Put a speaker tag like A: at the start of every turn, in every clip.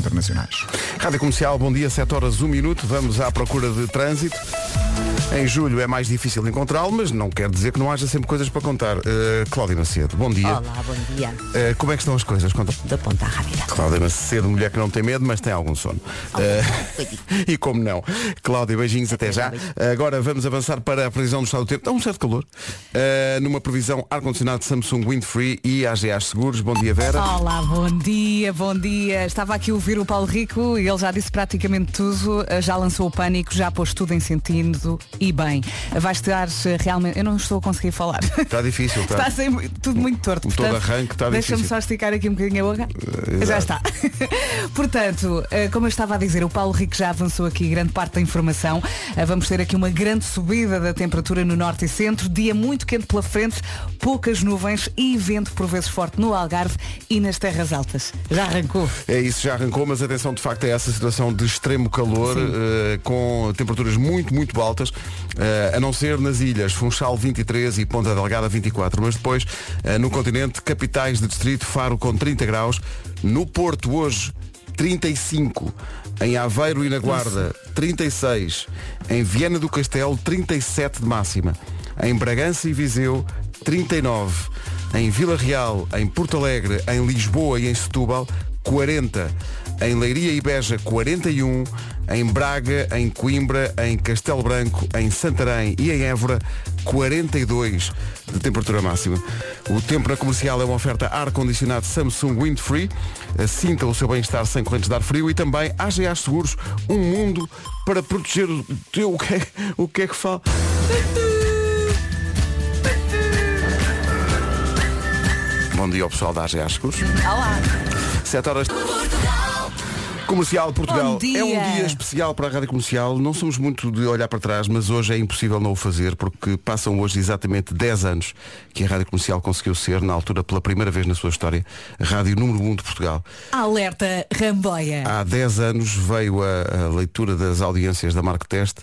A: internacionais.
B: Rádio Comercial, bom dia, 7 horas, 1 minuto. Vamos à procura de trânsito. Em julho é mais difícil encontrá-lo, mas não quer dizer que não haja sempre coisas para contar. Eh, Cláudia Macedo, bom dia.
C: Olá, bom dia.
B: Eh, como é que estão as coisas? Conta.
C: Da ponta à rápida.
B: Cláudia Macedo, mulher que não tem medo, mas tem algum sono. Eh, e como não? Cláudia, beijinhos até já. Agora vamos avançar para a previsão do estado do tempo. Está um certo calor. Eh, numa previsão ar-condicionado Samsung Windfree e AGA Seguros. Bom dia, Vera.
D: Olá, bom dia, bom dia. Estava aqui a ouvir o Paulo Rico e ele já disse praticamente tudo, eh, já lançou o pânico, já pôs tudo em sentido e bem. Vai estar eh, realmente. Eu não estou a conseguir falar.
B: Está difícil, tá? está.
D: Está sempre tudo muito torto.
B: Todo
D: portanto,
B: arranque está
D: Deixa-me
B: difícil.
D: só esticar aqui um bocadinho a boca. já está. portanto, eh, como eu estava a dizer, o Paulo Rico já avançou aqui grande parte da informação. Eh, Vamos ter aqui uma grande subida da temperatura no norte e centro. Dia muito quente pela frente, poucas nuvens e vento por vezes forte no Algarve e nas terras altas. Já arrancou.
B: É isso, já arrancou, mas atenção de facto a essa situação de extremo calor, eh, com temperaturas muito, muito altas, eh, a não ser nas ilhas, Funchal 23 e Ponta Delgada 24, mas depois eh, no continente, capitais de distrito, Faro com 30 graus, no Porto hoje 35, em Aveiro e na Guarda 36, em Viana do Castelo 37 de máxima, em Bragança e Viseu 39, em Vila Real, em Porto Alegre, em Lisboa e em Setúbal 40, em Leiria e Beja 41, em Braga, em Coimbra, em Castelo Branco, em Santarém e em Évora 42 de temperatura máxima. O tempo na comercial é uma oferta ar-condicionado Samsung Windfree. Sinta o seu bem-estar sem correntes de ar frio e também AGA Seguros, um mundo para proteger o teu... O que é, o que, é que fala? Bom dia ao pessoal da AGA Seguros.
D: Olá.
B: 7 horas. Comercial de Portugal
D: Bom dia.
B: é um dia especial para a Rádio Comercial. Não somos muito de olhar para trás, mas hoje é impossível não o fazer porque passam hoje exatamente 10 anos que a Rádio Comercial conseguiu ser, na altura pela primeira vez na sua história, a Rádio número 1 de Portugal.
D: Alerta Ramboia.
B: Há 10 anos veio a, a leitura das audiências da Marco Teste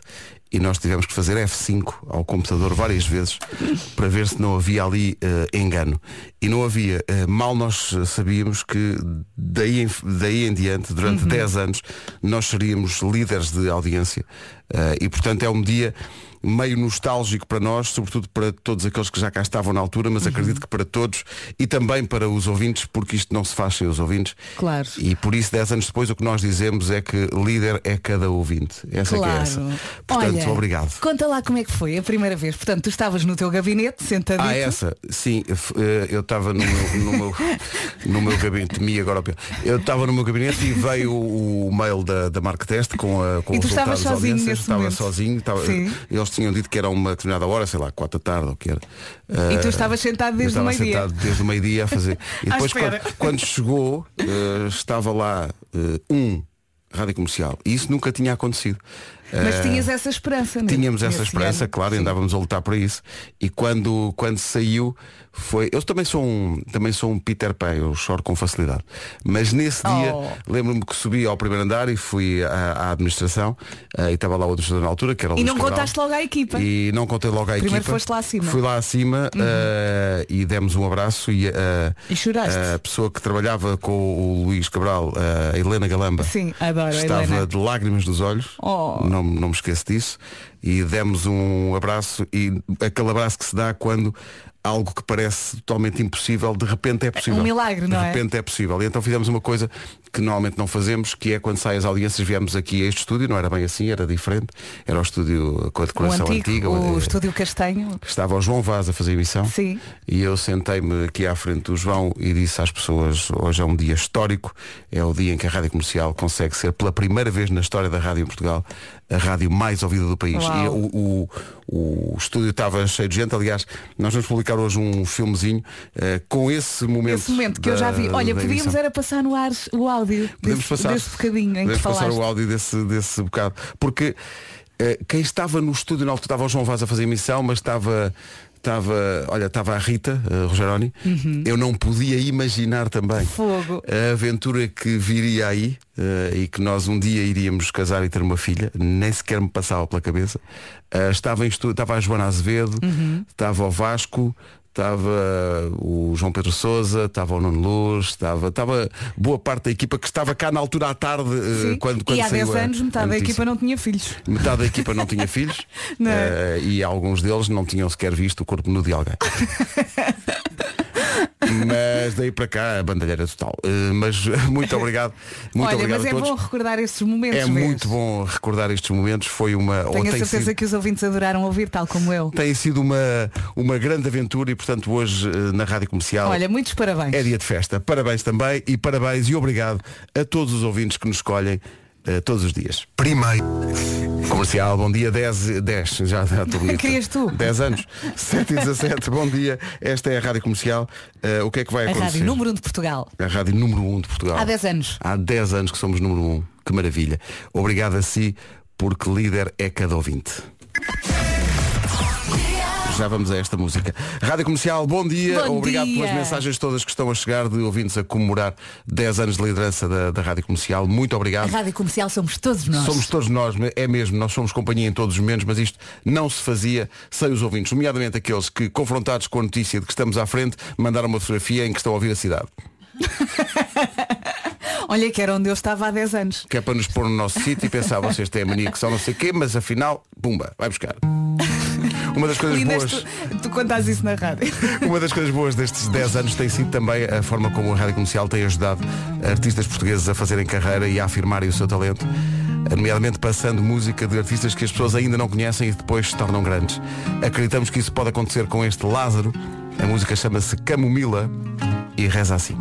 B: e nós tivemos que fazer F5 ao computador várias vezes para ver se não havia ali eh, engano. E não havia. Eh, mal nós eh, sabíamos que daí em, daí em diante, durante 10 anos, nós seríamos líderes de audiência. Eh, e portanto é um dia meio nostálgico para nós, sobretudo para todos aqueles que já cá estavam na altura, mas acredito que para todos e também para os ouvintes, porque isto não se faz sem os ouvintes.
D: Claro.
B: E por isso, 10 anos depois, o que nós dizemos é que líder é cada ouvinte. Essa é que é essa. Portanto,
D: Olha,
B: obrigado.
D: Conta lá como é que foi a primeira vez. Portanto, tu estavas no teu gabinete, sentadinho.
B: Ah, essa, sim, f- eh, eu estava no meu, no meu, no meu gabinete, me agora ao pé. Eu estava no meu gabinete e veio o o mail da, da Mark Test com, a, com
D: E
B: os
D: tu
B: resultados das
D: estavas sozinho
B: audiências.
D: nesse
B: estava
D: momento.
B: sozinho, estava-
D: Sim.
B: eles tinham dito que era uma determinada hora, sei lá, 4 da tarde ou o que era.
D: E tu
B: Eh,
D: estavas sentado desde
B: eu
D: o
B: estava
D: meio-dia.
B: sentado desde o meio-dia a fazer. E
D: À
B: depois
D: espera.
B: quando, quando chegou, eh, estava lá eh, um rádio comercial. E isso nunca tinha acontecido.
D: Mas
B: Eh,
D: tinhas essa esperança, não é?
B: Tínhamos essa
D: Nesse
B: esperança,
D: ano.
B: claro, e andávamos a lutar para isso. E quando, quando saiu, foi. Eu também sou um, também sou um Peter Pan, eu choro com facilidade. Mas nesse dia,
D: Oh.
B: lembro-me que subi ao primeiro andar e fui à, à administração, eh, e estava lá o administrador na altura, que era o
D: E
B: Luís
D: não
B: Cabral.
D: contaste logo à equipa.
B: E não contei logo à
D: Primeiro
B: equipa.
D: foste lá acima. Uhum.
B: Fui lá acima eh, e demos um abraço e, eh,
D: E choraste.
B: a pessoa que trabalhava com o Luís Cabral, eh, a Helena Galamba,
D: Sim, adoro a
B: estava
D: Helena.
B: de lágrimas nos olhos,
D: Oh.
B: não, não me esqueço disso, e demos um abraço e aquele abraço que se dá quando algo que parece totalmente impossível, de repente é possível.
D: um milagre, não
B: De
D: é?
B: repente é possível. E então fizemos uma coisa que normalmente não fazemos, que é quando saem as audiências, viemos aqui a este estúdio, não era bem assim, era diferente, era o estúdio com a
D: O
B: decoração
D: antigo,
B: antiga.
D: o
B: eh,
D: Estúdio Castanho.
B: Estava o João Vaz a fazer emissão
D: Sim.
B: e eu sentei-me aqui à frente do João e disse às pessoas, hoje é um dia histórico, é o dia em que a Rádio Comercial consegue ser pela primeira vez na história da Rádio em Portugal a rádio mais ouvida do país.
D: Uau.
B: E o, o, o estúdio estava cheio de gente, aliás, nós vamos publicar hoje um filmezinho eh, com esse momento.
D: Esse momento que eu
B: da-
D: já vi. Olha,
B: da
D: podíamos
B: emissão.
D: era passar no ar o áudio
B: Podemos
D: desse,
B: passar,
D: desse bocadinho em que
B: podemos passar
D: falaste.
B: o áudio desse, desse bocado. Porque eh, quem estava no estúdio, na altura estava o João Vaz a fazer emissão, mas estava. Estava, olha, estava a Rita eh, Rogeroni. Eu não podia imaginar também
D: Fogo.
B: a aventura que viria aí eh, e que nós um dia iríamos casar e ter uma filha. Nem sequer me passava pela cabeça. Eh, estava, em estu- estava a Joana Azevedo, estava o Vasco, estava o João Pedro Souza, estava o Nuno Luz, estava, estava boa parte da equipa que estava cá na altura à tarde, eh,
D: Sim.
B: quando, quando
D: e há
B: saiu
D: 10
B: a-
D: anos
B: a
D: metade da
B: notícia.
D: equipa não tinha filhos.
B: Metade da equipa não tinha filhos
D: Não é?
B: eh, e alguns deles não tinham sequer visto o corpo nu de alguém. mas daí para cá a bandalheira total. Eh, mas muito obrigado. Muito
D: Olha,
B: obrigado
D: mas
B: a
D: é
B: todos.
D: bom recordar esses momentos.
B: é
D: vês?
B: muito bom recordar estes momentos. Foi uma. ou
D: Tenho a
B: tem
D: certeza
B: sido-
D: que os ouvintes adoraram ouvir, tal como eu.
B: tem sido uma, uma grande aventura e portanto hoje eh, na Rádio Comercial
D: Olha, muitos parabéns.
B: é dia de festa. Parabéns também e parabéns e obrigado a todos os ouvintes que nos escolhem eh, todos os dias. Primeiro. Comercial, bom dia, 10, 10 já já estou bonito.
D: Querias tu?
B: 10 anos, 7 e 17, bom dia, esta é a Rádio Comercial, Eh, o que é que vai
D: A
B: acontecer?
D: rádio número 1 um de Portugal.
B: A rádio número 1 um de Portugal.
D: Há 10 anos.
B: Há 10 anos que somos número 1. Um. Que maravilha. Obrigado a si, porque líder é cada ouvinte. Já vamos a esta música. Rádio Comercial, bom dia.
D: Bom
B: Obrigado
D: dia.
B: pelas mensagens todas que estão a chegar de ouvintes a comemorar 10 anos de liderança da, da Rádio Comercial. Muito
D: A
B: obrigado.
D: rádio comercial somos todos nós.
B: Ah. Somos todos nós, é mesmo, nós somos companhia em todos os momentos, mas isto não se fazia sem os ouvintes, nomeadamente aqueles que, confrontados com a notícia de que estamos à frente, mandaram uma fotografia em que estão a ouvir a cidade.
D: Olha, que era onde eu estava há 10 anos.
B: que é para nos pôr no nosso sítio e pensar, vocês têm a mania que são não sei o quê, mas afinal, pumba, vai buscar. Uma das coisas
D: Lindas,
B: boas.
D: tu, tu contas isso na rádio.
B: Uma das coisas boas destes 10 anos tem sido também a forma como a Rádio Comercial tem ajudado artistas portugueses a fazerem carreira e a afirmarem o seu talento, nomeadamente passando música de artistas que as pessoas ainda não conhecem e depois se tornam grandes. Acreditamos que isso pode acontecer com este Lázaro. A música chama-se Camomila e reza assim.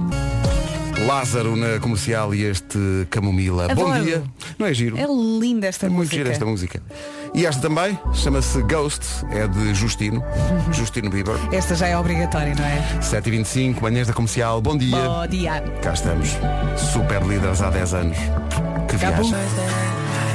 B: Lázaro na comercial e este Camomila. Bom
D: Adoro.
B: dia. Não é giro?
D: É linda esta
B: É muito
D: música.
B: gira esta música. E esta também chama-se Ghost, é de Justino, Justino Bieber.
D: Esta já é obrigatória, não é? Oh,
B: 7h25, manhãs da comercial, bom dia.
D: Bom dia.
B: Cá estamos, super líderes há 10 anos. Que
D: Acabou.
B: viagem.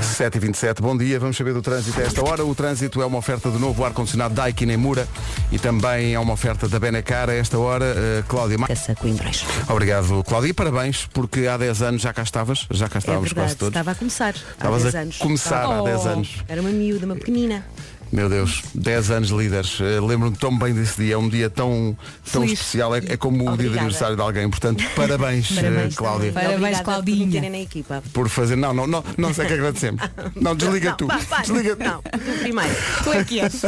B: 7h27, bom dia, vamos saber do trânsito a esta hora. O trânsito é uma oferta do novo ar-condicionado Daikin em Mura e também é uma oferta da Benacar a esta hora. Eh, Cláudia, Ma-
A: Essa Coimbras.
B: obrigado Cláudia e parabéns, porque há 10 anos já cá estavas, já cá
A: É
B: estávamos
A: verdade,
B: quase todos.
A: estava a começar.
B: Estavas
A: há 10
B: a
A: anos.
B: começar
A: Estava-
B: há 10
D: Oh.
B: anos.
A: Era uma miúda, uma pequenina.
B: Meu Deus, 10 anos de líderes. Eh, Lembro-me tão bem desse dia. É um dia tão, tão
D: Feliz.
B: especial. É, é como o dia de
A: Obrigada.
B: aniversário de alguém. Portanto, parabéns, eh,
A: Parabéns,
B: Cláudia,
A: também.
D: Parabéns,
A: Obrigada
D: Claudinha.
A: Por me terem na equipa.
B: por fazer. Não, não, não, não sei que agradecemos. Não, desliga
A: Não,
B: tu.
A: vá, vai.
B: Desliga tu.
A: Não, tu primeiro.
D: Tu é que és.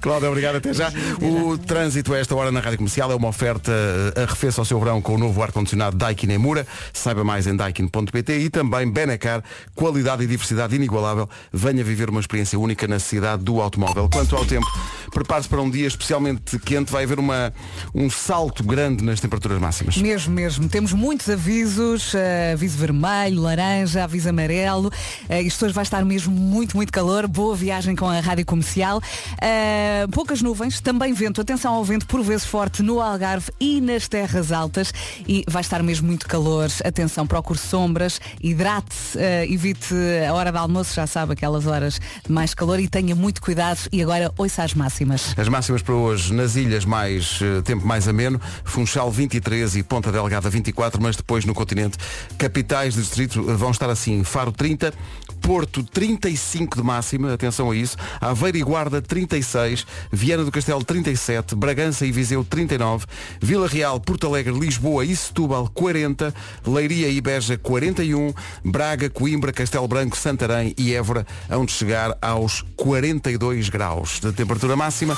B: Cláudia, obrigado até já. O trânsito a esta hora na Rádio Comercial é uma oferta eh, arrefeça ao seu verão com o novo ar-condicionado Daikin Emura. Saiba mais em daikin.pt e também Benacar, qualidade e diversidade inigualável. Venha viver uma experiência única na cidade do automóvel. Quanto ao tempo, prepare-se para um dia especialmente quente. Vai haver uma, um salto grande nas temperaturas máximas.
D: Mesmo, mesmo. Temos muitos avisos, eh, aviso vermelho, laranja, aviso amarelo. Eh, isto hoje vai estar mesmo muito, muito calor. Boa viagem com a Rádio Comercial. Eh, poucas nuvens, também vento. Atenção ao vento, por vezes forte, no Algarve e nas terras altas. E vai estar mesmo muito calor. Atenção, procure sombras, hidrate-se, eh, evite a hora de almoço, já sabe, aquelas horas de mais calor. E tenha muito cuidado. E agora, ouça as máximas.
B: As máximas para hoje nas ilhas mais eh, tempo mais ameno, Funchal 23 e Ponta Delgada 24, mas depois no continente capitais de distrito eh, vão estar assim, Faro 30, Porto 35 de máxima, atenção a isso, Aveiro e Guarda 36, Viana do Castelo 37, Bragança e Viseu 39, Vila Real, Porto Alegre, Lisboa e Setúbal 40, Leiria e Beja 41, Braga, Coimbra, Castelo Branco, Santarém e Évora, onde chegar aos 42 graus de temperatura máxima.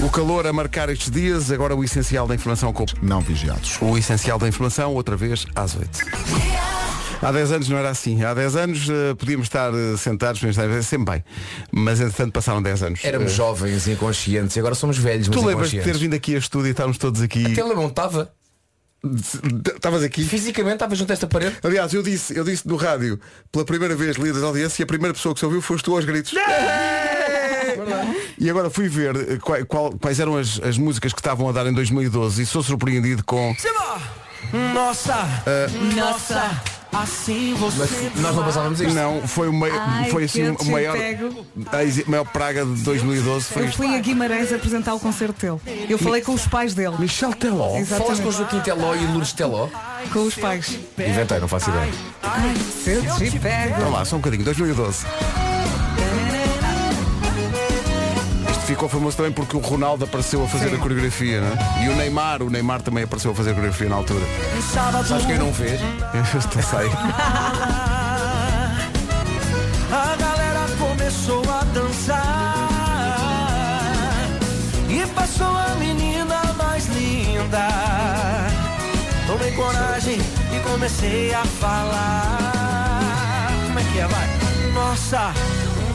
B: O calor a marcar estes dias, agora o essencial da informação com
C: não vigiados.
B: o essencial da informação, outra vez às 8. Há 10 anos não era assim. Há 10 anos eh, podíamos estar eh, sentados, podíamos estar sempre bem. Mas entretanto passaram 10 anos.
E: Éramos
B: Eh,
E: jovens, inconscientes, e agora somos velhos, mas
B: Tu lembras de ter
E: inconscientes.
B: vindo aqui a estúdio e estarmos todos aqui.
E: Até um- lembro, estava.
B: Estavas aqui.
E: Fisicamente estava junto a esta parede.
B: Aliás, eu disse, eu disse no rádio, pela primeira vez líderes da audiência, e a primeira pessoa que se ouviu foste tu aos gritos. E agora fui ver eh, quai- qual- quais eram as, as músicas que estavam a dar em 2012 e sou surpreendido com.
F: Nossa, nossa, assim você
E: Mas nós não passávamos isto.
B: Não, foi o mei-
D: Ai,
B: foi assim
D: que
B: o maior,
D: pego.
B: a exi- maior praga de 2012 foi
D: Eu
B: isto.
D: fui a Guimarães apresentar o concerto dele. Eu falei com os pais dele.
B: Michel Teló.
E: Falas
D: Exatamente.
E: com o Joaquim Teló e o Lourdes Teló.
D: Com os pais.
E: Inventei, não faço ideia.
D: Ai, se eu te pego.
B: Vamos lá, só um bocadinho, 2012. Isto Ficou famoso também porque o Ronaldo apareceu a fazer
D: Sim.
B: a coreografia, não é? E o Neymar, o Neymar também apareceu a fazer a coreografia na altura.
E: Sabes quem não fez?
B: Esta sai.
F: A galera começou a dançar E passou a menina mais linda Tomei coragem e comecei a falar Como é que é, vai? Nossa,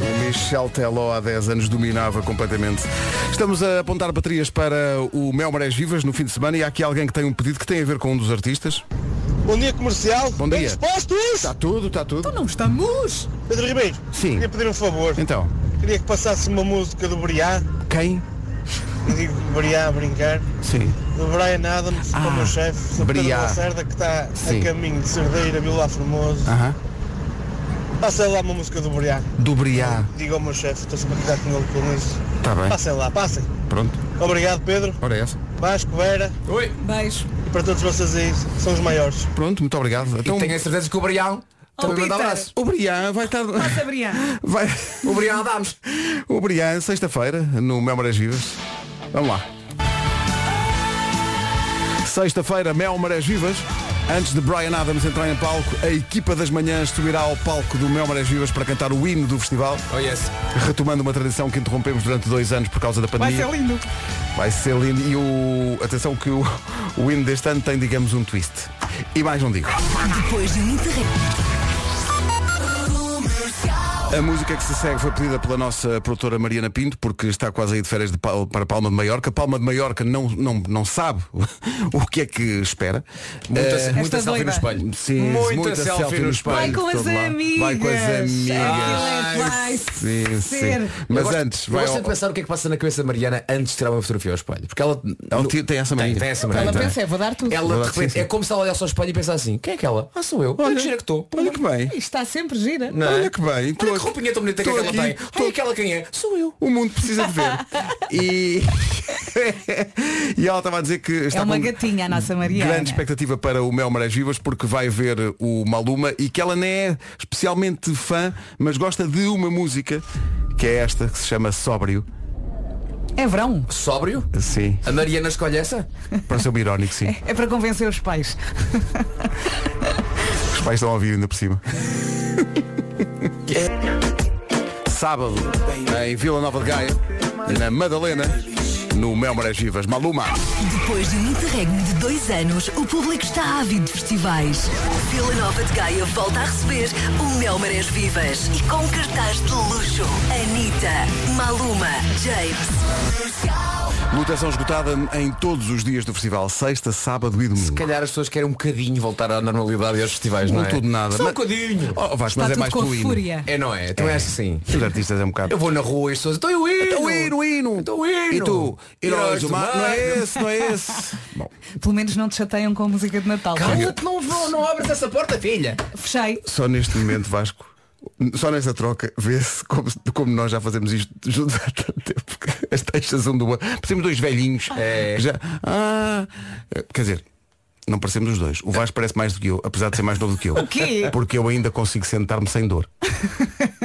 B: O Michel Teló há 10 anos dominava completamente. Estamos a apontar baterias para o Mel Marés Vivas no fim de semana e há aqui alguém que tem um pedido que tem a ver com um dos artistas.
C: Bom dia comercial.
B: Bom dia.
C: Bem dispostos?
B: Está Tá tudo, está tudo.
D: Não estamos!
C: Pedro Ribeiro.
B: Sim.
C: Queria pedir um favor.
B: Então,
C: Queria que passasse uma música do Briá.
B: quem?
C: Eu digo Briá a brincar.
B: Sim.
C: Do Brian Adams,
B: Ah,
C: para o meu chefe. Sou Pedro
B: Briá.
C: Lacerda, que está
B: Sim.
C: a caminho de Cerdeira, Vila Formoso.
B: Aham.
C: Passem lá uma música do Briá.
B: Do Briá.
C: Diga ao meu chefe, estou sempre a cuidar com ele com isso.
B: Está Tá bem.
C: Passem lá, passem.
B: Pronto.
C: Obrigado, Pedro.
B: Ora é essa.
C: Vasco, Vera.
E: Oi.
D: Beijo.
C: E para todos vocês aí, são os maiores.
B: Pronto, muito obrigado. Então,
E: E tenho a certeza que o Brião também manda
D: Peter.
E: abraço.
B: um O Brian vai estar. Vai...
E: O Brião Adams.
B: O Brian, sexta-feira, no Memórias Vivas. Vamos lá. Sexta-feira, Mel Marés Vivas. Antes de Brian Adams entrar em palco, a equipa das manhãs subirá ao palco do Mel Marés Vivas para cantar o hino do festival,
E: Oh yes.
B: retomando uma tradição que interrompemos durante dois anos por causa da pandemia.
D: lindo.
B: Vai ser lindo. E o. Atenção que o, o hino deste ano tem, digamos, um twist. E mais não digo.
G: Depois de um interregno.
B: A música que se segue foi pedida pela nossa produtora Mariana Pinto, porque está quase aí de férias de Pal- para Palma de Maiorca. Palma de Maiorca não, não, não sabe o que é que espera.
E: Muita,
B: Eh,
E: muita
D: esta doida.
E: selfie no espelho.
B: Sim,
E: muita selfie no espelho.
D: Vai com
B: de
D: as
B: todo lado. Vai com as
D: amigas.
B: amigas.
D: Aquilo é vai
B: Sim,
D: ser.
B: sim. Mas
E: Eu gosto-
B: antes,
E: eu
B: vai
E: gosto
B: ao...
E: de pensar o que é que passa na cabeça da Mariana antes de tirar uma fotografia ao espelho. Porque ela.
B: Ela
E: no-
B: tem- tem essa mania.
E: Tem, tem essa mania.
D: Ela
B: Então.
E: tem.
D: pensa, é, vou dar tudo.
E: Ela, de
B: Sim,
E: repente,
B: sim.
E: é como se ela olhasse ao espelho e pensasse assim, quem é aquela? Ah, sou eu. Olha que gira que estou.
B: Olha é que bem.
D: Isto está sempre gira.
E: Não é?
B: Olha que bem. Estou
E: Olha que
B: aqui-
E: roupinha tão bonita que
B: estou
E: aquela tem.
B: aqui, estou
E: Olha aquela quem é? Sou eu.
B: O mundo precisa de ver. E, e ela estava a dizer que está
D: É uma
B: com
D: gatinha a nossa Mariana.
B: grande expectativa para o Mel Marés Vivas porque vai ver o Maluma e que ela nem é especialmente fã, mas gosta de uma música que é esta que se chama Sóbrio.
D: É verão.
E: Sóbrio?
B: Sim.
E: A Mariana escolhe essa?
B: Pareceu-me irónico, sim.
D: É para convencer os pais.
B: Os pais estão a ouvir ainda por cima. Sábado, em Vila Nova de Gaia, na Madalena, no Mel Marés Vivas. Maluma.
G: Depois de um interregno de dois anos, o público está ávido de festivais. Vila Nova de Gaia volta a receber o Mel Marés Vivas e com cartaz de luxo. Anitta, Maluma, James.
B: Lutação esgotada em todos os dias do festival, sexta, sábado e domingo.
E: Se calhar as pessoas querem um bocadinho voltar à normalidade e aos festivais, não,
B: Não
E: é?
B: tudo nada.
E: Só um
B: Mas-
E: bocadinho.
B: Oh, Vasco,
D: Está
B: mas é
D: tudo
B: mais
D: com
B: pelo hino.
D: fúria.
E: É, não é? Então é assim.
B: Os artistas é um bocado.
E: Eu vou na rua e as pessoas. Então eu hino!
B: Então o hino, o hino.
E: Então o hino.
B: E tu, heróis do mar, não é
E: Mar.
B: esse, não é esse. Bom,
D: Pelo menos não te chateiam com a música de Natal.
E: Cala-te, não, vou- não abres essa porta, filha.
D: Fechei.
B: só neste momento, Vasco, só nesta troca, vê-se como, como nós já fazemos isto juntos há tanto tempo. que As textas um do outro. Parecemos dois velhinhos.
E: É.
B: que Já, ah, quer dizer, não parecemos os dois. O Vasco parece mais do que eu, apesar de ser mais novo do que eu. O
D: quê?
B: Porque eu ainda consigo sentar-me sem dor.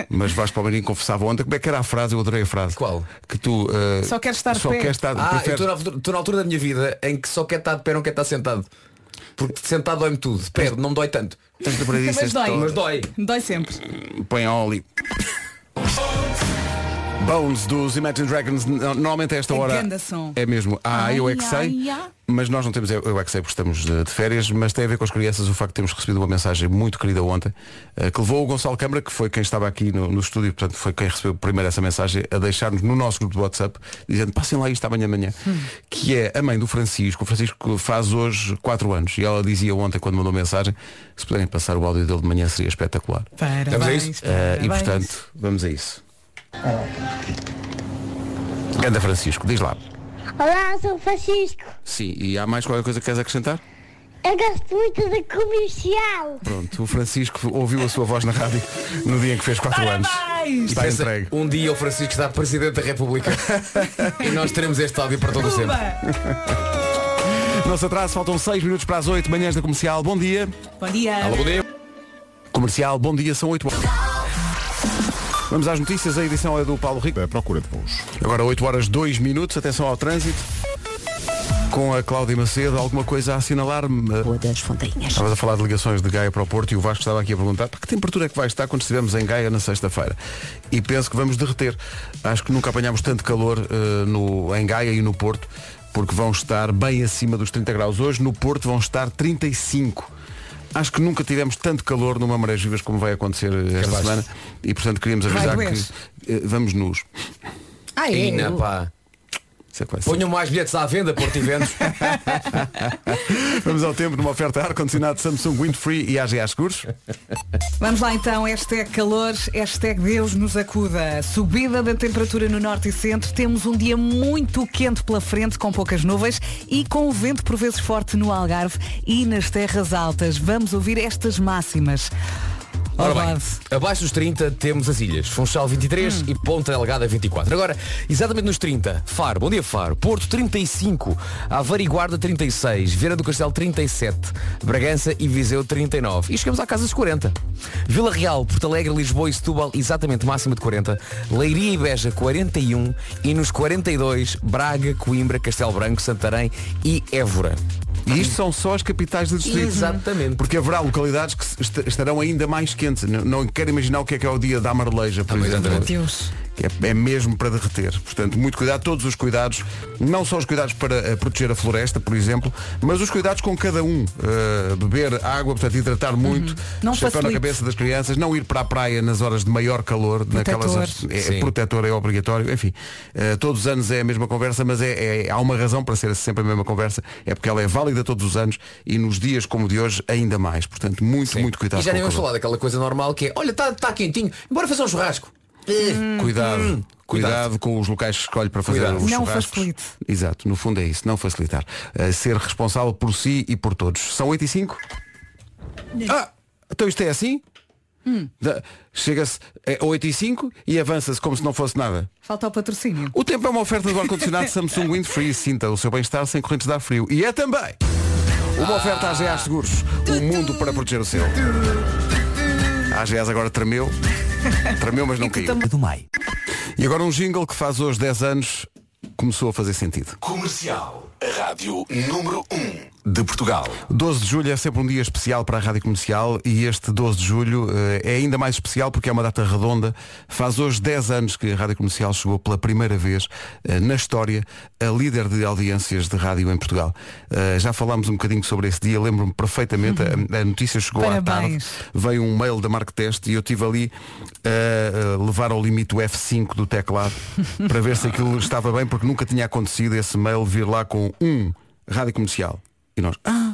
B: Mas Vasco Palmeirinho confessava ontem como é que era a frase, eu adorei a frase.
E: Qual?
B: Que tu ah,
D: Só queres estar de
B: só
D: pé.
B: queres estar
E: Ah, eu
B: preferes-
E: estou na, estou na altura da minha vida em que só quer estar de pé, não quer estar sentado. Porque sentado dói-me tudo. De pé, não me dói tanto.
B: Tens de perder isso,
D: Mas é dói.
E: Mas dói.
D: Dói sempre.
B: põe a Oli. Bones dos Imagine Dragons, no- normalmente a esta
D: É
B: hora
D: grande som.
B: é mesmo. Ah,
D: Ai,
B: eu é que sei,
D: ai, ai.
B: mas nós não temos eu eu é que sei porque estamos de, de férias, mas tem a ver com as crianças o facto de termos recebido uma mensagem muito querida ontem, eh, que levou o Gonçalo Câmara, que foi quem estava aqui no, no estúdio, portanto foi quem recebeu primeiro essa mensagem, a deixar-nos no nosso grupo de WhatsApp, dizendo passem lá isto amanhã amanhã,
D: Hum.
B: que é a mãe do Francisco, o Francisco faz hoje 4 anos, e ela dizia ontem quando mandou mensagem, se puderem passar o áudio dele de manhã seria espetacular.
D: Parabéns.
B: Eh, e
D: parabéns.
B: portanto, vamos a isso. Ganda Francisco, diz lá.
H: Olá, sou o Francisco.
B: Sim, e há mais qualquer coisa que queres acrescentar?
H: Eu gosto muito da comercial.
B: Pronto, o Francisco ouviu a sua voz na rádio no dia em que fez 4 anos. Está
E: Pensa,
B: tá entregue.
E: Um dia o Francisco será Presidente da República e nós teremos este áudio para todo o sempre.
B: Não se atrase, faltam 6 minutos para as 8 manhãs da comercial. Bom dia.
D: Bom dia.
E: Alô, bom dia.
B: Comercial, bom dia, são 8 horas. Vamos às notícias, a edição é do Paulo Rico.
I: Da procura de voos.
B: Agora 8 horas 2 minutos, atenção ao trânsito. Com a Cláudia Macedo, alguma coisa a assinalar-me?
A: Boa das Fontainhas.
B: Estavas a falar de ligações de Gaia para o Porto e o Vasco estava aqui a perguntar "Pá, que temperatura é que vai estar quando estivermos em Gaia na sexta-feira. E penso que vamos derreter. Acho que nunca apanhámos tanto calor eh, no, em Gaia e no Porto, porque vão estar bem acima dos 30 graus. Hoje no Porto vão estar 35. Acho que nunca tivemos tanto calor numa Marés Vivas como vai acontecer eh, esta
E: Capaz.
B: semana. E portanto queríamos avisar que
D: doer.
B: eh, vamos nus.
D: Ah, é?
E: Ina, pá.
B: Isso é que vai ser.
E: Ponham mais bilhetes à venda, Porto Eventos.
B: Vamos ao tempo numa oferta ar-condicionado Samsung Windfree e AGA Seguros.
D: Vamos lá então, hashtag calor, hashtag Deus nos acuda. Subida da temperatura no norte e centro, temos um dia muito quente pela frente, com poucas nuvens e com o vento por vezes forte no Algarve e nas terras altas. Vamos ouvir estas máximas.
E: Ora bem,
D: Olá.
E: abaixo dos 30 temos as ilhas, Funchal 23 e Ponta Delgada 24. Agora, exatamente nos 30, Faro, bom dia Faro, Porto 35, Aveiro e Guarda 36, Vieira do Castelo 37, Bragança e Viseu 39. E chegamos à casa dos 40. Vila Real, Porto Alegre, Lisboa e Setúbal, exatamente máxima de 40. Leiria e Beja 41 e nos 42, Braga, Coimbra, Castelo Branco, Santarém e Évora.
B: E isto são só as capitais de distritos.
E: Exatamente.
B: Porque haverá localidades que se- est- estarão ainda mais quentes. N- Não, quero imaginar o que é que é o dia da Marleja, por exemplo.
D: Deus.
B: Que É, é mesmo para derreter. Portanto, muito cuidado, todos os cuidados, não só os cuidados para eh, proteger a floresta, por exemplo, mas os cuidados com cada um. Eh, beber água, portanto, hidratar muito,
D: Não
B: chapéu na
D: facilite.
B: cabeça das crianças, não ir para a praia nas horas de maior calor, naquelas
D: Protetor.
B: horas- é,
E: Sim.
B: protetor é obrigatório, enfim. eh, todos os anos é a mesma conversa, mas é, é- há uma razão para ser sempre a mesma conversa, é porque ela é válida todos os anos e nos dias como o de hoje ainda mais. Portanto, muito, muito cuidado
E: E já
B: com
E: nem
B: o
E: vamos
B: calor.
E: falar daquela coisa normal que é, olha, está tá quentinho, bora fazer um churrasco.
B: Cuidado. Cuidado,
E: Hum, Cuidado.
B: com os locais que escolhe para fazer
E: Cuidado.
B: os
D: Não
B: churrascos.
D: facilite.
B: Exato, no fundo é isso, não facilitar. Eh, ser responsável por si e por todos. São 8 e 5? Ah, então isto é assim?
E: Hum.
B: Da- Chega-se a 8 e 5 e avança-se como se não fosse nada.
D: Falta o patrocínio.
B: O tempo é uma oferta do ar-condicionado Samsung Windfree. Sinta o seu bem-estar sem correntes de ar frio. E é também uma oferta à AGA Seguros. O mundo para proteger o seu. A AGAs agora tremeu. Tremeu, mas não caiu.
F: Do Mai.
B: E agora um jingle que faz hoje 10 anos começou a fazer sentido.
J: Comercial, a rádio número 1 de Portugal.
B: 12 de julho é sempre um dia especial para a Rádio Comercial e este 12 de julho eh, é ainda mais especial porque é uma data redonda. Faz hoje 10 anos que a Rádio Comercial chegou pela primeira vez eh, na história a líder de audiências de rádio em Portugal. Eh, Já falámos um bocadinho sobre esse dia, lembro-me perfeitamente, a a notícia chegou à tarde,
D: Parabéns.
B: veio um mail da Mark Test e eu tive ali a a levar ao limite o F5 do teclado para ver se aquilo estava bem porque nunca tinha acontecido esse mail vir lá com um Rádio Comercial. E nós, ah,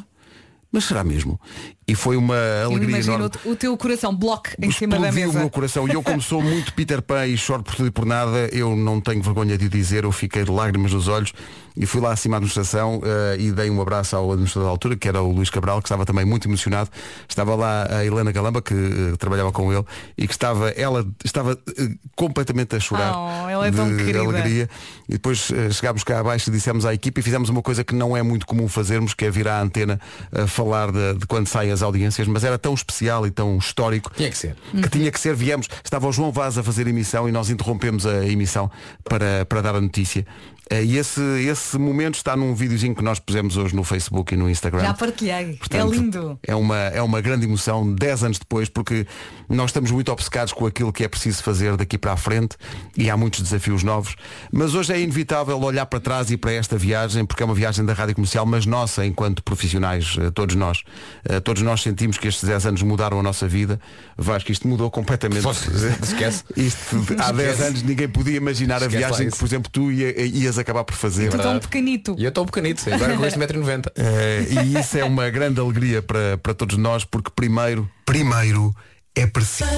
B: mas será mesmo? E foi uma
D: Eu
B: alegria
D: imagino
B: enorme.
D: o, o teu coração bloco em cima da
B: Explodiu o
D: mesa.
B: meu coração e eu como sou muito Peter Pan e choro por tudo e por nada, eu não tenho vergonha de o dizer, eu fiquei de lágrimas nos olhos e fui lá acima à administração eh, e dei um abraço ao administrador da altura, que era o Luís Cabral, que estava também muito emocionado. Estava lá a Helena Galamba, que eh, trabalhava com ele, e que estava, ela estava eh, completamente a chorar
D: Oh, ela é tão
B: de
D: querida.
B: alegria. E depois eh, chegámos cá abaixo e dissemos à equipa e fizemos uma coisa que não é muito comum fazermos, que é vir à antena a falar de, de quando saem as audiências, mas era tão especial e tão histórico
E: Tinha que ser.
B: que tinha que ser, viemos. Estava o João Vaz a fazer emissão e nós interrompemos a emissão para, para dar a notícia. Eh, E esse, esse momento está num videozinho que nós pusemos hoje no Facebook e no Instagram.
D: Já partilhei.
B: Portanto,
D: é lindo.
B: É uma, é uma grande emoção 10 anos depois, porque nós estamos muito obcecados com aquilo que é preciso fazer daqui para a frente e há muitos desafios novos. Mas hoje é inevitável olhar para trás e para esta viagem, porque é uma viagem da rádio comercial, mas nossa, enquanto profissionais, eh, todos nós. Eh, Todos nós sentimos que estes 10 anos mudaram a nossa vida. Vasco, isto mudou completamente.
E: Esquece.
B: Isto, há 10 anos ninguém podia imaginar a
E: Esquece lá
B: viagem que,
E: isso. É
B: por exemplo, tu ia- ias acabar por fazer.
D: Tu tão é um pequenito.
E: E eu estou pequenito, sim, agora com este 1,90m.
B: Eh, e isso é uma grande alegria para, para todos nós, porque primeiro, primeiro é preciso.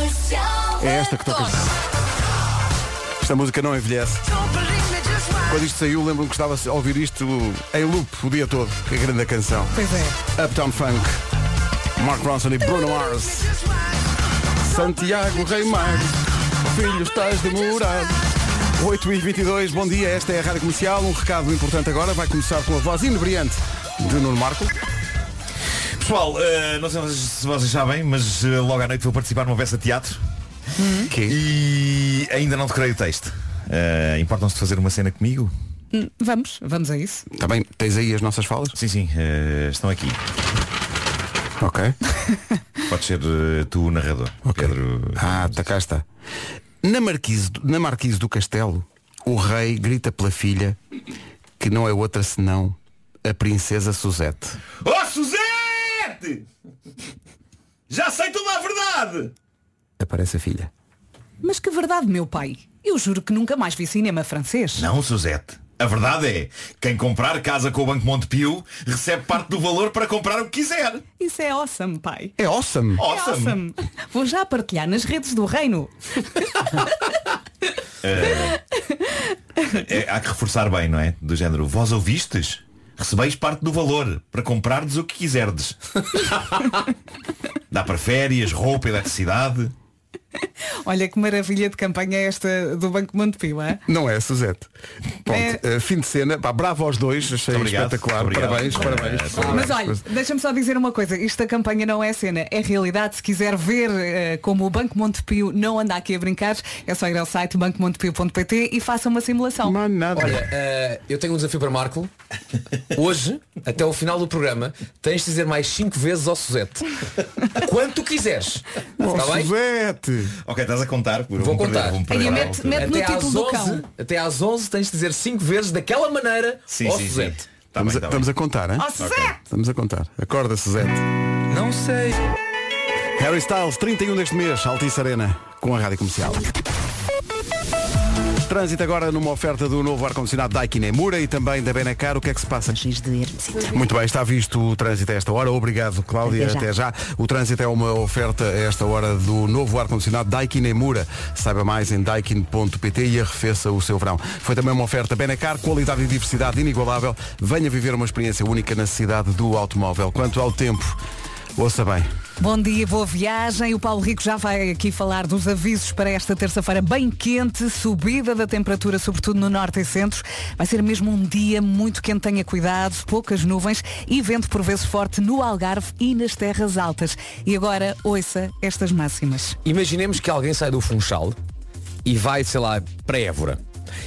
B: É esta que toca. Esta música não envelhece. Quando isto saiu, lembro-me que estava a ouvir isto em loop o dia todo. Que grande canção.
D: Pois é.
B: Uptown Funk, Mark Ronson e Bruno Mars. Santiago Rei Mago, filho, estás demorado. 8 e 22 bom dia, esta é a Rádio Comercial. Um recado importante agora, vai começar com a voz inebriante de Nuno Marco.
I: Pessoal, eh, não sei se vocês sabem, mas eh, logo à noite vou participar numa peça de teatro
B: Que?
I: e ainda não decorei o texto. Eh, Importam-se de fazer uma cena comigo?
D: Hum, Vamos, vamos a isso.
B: Também tens aí as nossas falas?
I: Sim, sim, eh, estão aqui.
B: Ok.
I: Pode ser eh, tu o narrador, Pedro.
B: Ah, tá cá está. Na Marquise, na Marquise do Castelo, o rei grita pela filha, que não é outra senão a princesa Suzette.
I: Oh, Suzete! Já sei toda a verdade!
B: Aparece a filha.
D: Mas que verdade, meu pai. Eu juro que nunca mais vi cinema francês.
I: Não, Suzete. A verdade é, quem comprar casa com o Banco Montepio recebe parte do valor para comprar o que quiser.
D: Isso é awesome, pai.
B: É awesome.
I: Awesome!
D: É awesome. Vou já partilhar nas redes do reino.
I: É, há que reforçar bem, não é? Do género, vós ouvistes? Recebeis parte do valor para comprardes o que quiserdes. Dá para férias, roupa, eletricidade.
D: Olha que maravilha de campanha é esta do Banco Montepio, é?
B: Não é, Suzette. Pronto,
D: É.
B: eh, fim de cena. Pá, bravo aos dois, achei
I: Muito obrigado.
B: É espetacular.
I: Muito obrigado.
B: Parabéns,
I: Eh,
B: parabéns.
D: Mas
B: Ah,
D: olha, deixa-me só dizer uma coisa, isto da campanha não é cena, é realidade. Se quiser ver eh, como o Banco Montepio não anda aqui a brincar, é só ir ao site bancomontepio.pt e faça uma simulação.
B: Mas nada.
E: Olha, eh, eu tenho um desafio para Marco. Hoje, até ao final do programa, tens de dizer mais 5 vezes ao Suzete. Quanto quiseres.
B: Oh,
E: Está Tá bem?
B: Suzette.
I: Ok, estás a contar? um Vou,
E: contar.
I: Perder, vou
D: Aí
I: perder,
D: mete-
I: a altura.
D: mete- no
E: Até às,
D: título do
E: 11,
D: cão.
E: até às 11 tens de dizer 5 vezes daquela maneira
I: Sim,
E: ao
I: sim, sim.
E: Suzete.
I: Tá
B: estamos,
I: bem, tá
B: a,
I: bem.
B: estamos a contar, hein?
D: Ó Zé!
B: Estamos a contar. Acorda, Suzette.
E: Não sei.
B: Harry Styles, 31 deste mês, Altice Arena, com a Rádio Comercial. Trânsito agora numa oferta do novo ar-condicionado Daikin Emura e também da Benacar. O que é que se passa?
A: Giz de hermesita.
B: Muito bem, está visto o trânsito a esta hora. Obrigado, Cláudia. Até
A: Até
B: já.
A: já.
B: O trânsito é uma oferta a esta hora do novo ar-condicionado Daikin Emura. Saiba mais em daikin.pt e arrefeça o seu verão. Foi também uma oferta Benacar, qualidade e diversidade inigualável. Venha viver uma experiência única na cidade do automóvel. Quanto ao tempo, ouça bem.
D: Bom dia, boa viagem. O Paulo Rico já vai aqui falar dos avisos para esta terça-feira bem quente, subida da temperatura, sobretudo no norte e centro. Vai ser mesmo um dia muito quente, tenha cuidado, poucas nuvens e vento por vezes forte no Algarve e nas terras altas. E agora, ouça estas máximas.
E: Imaginemos que alguém sai do Funchal e vai, sei lá, para Évora.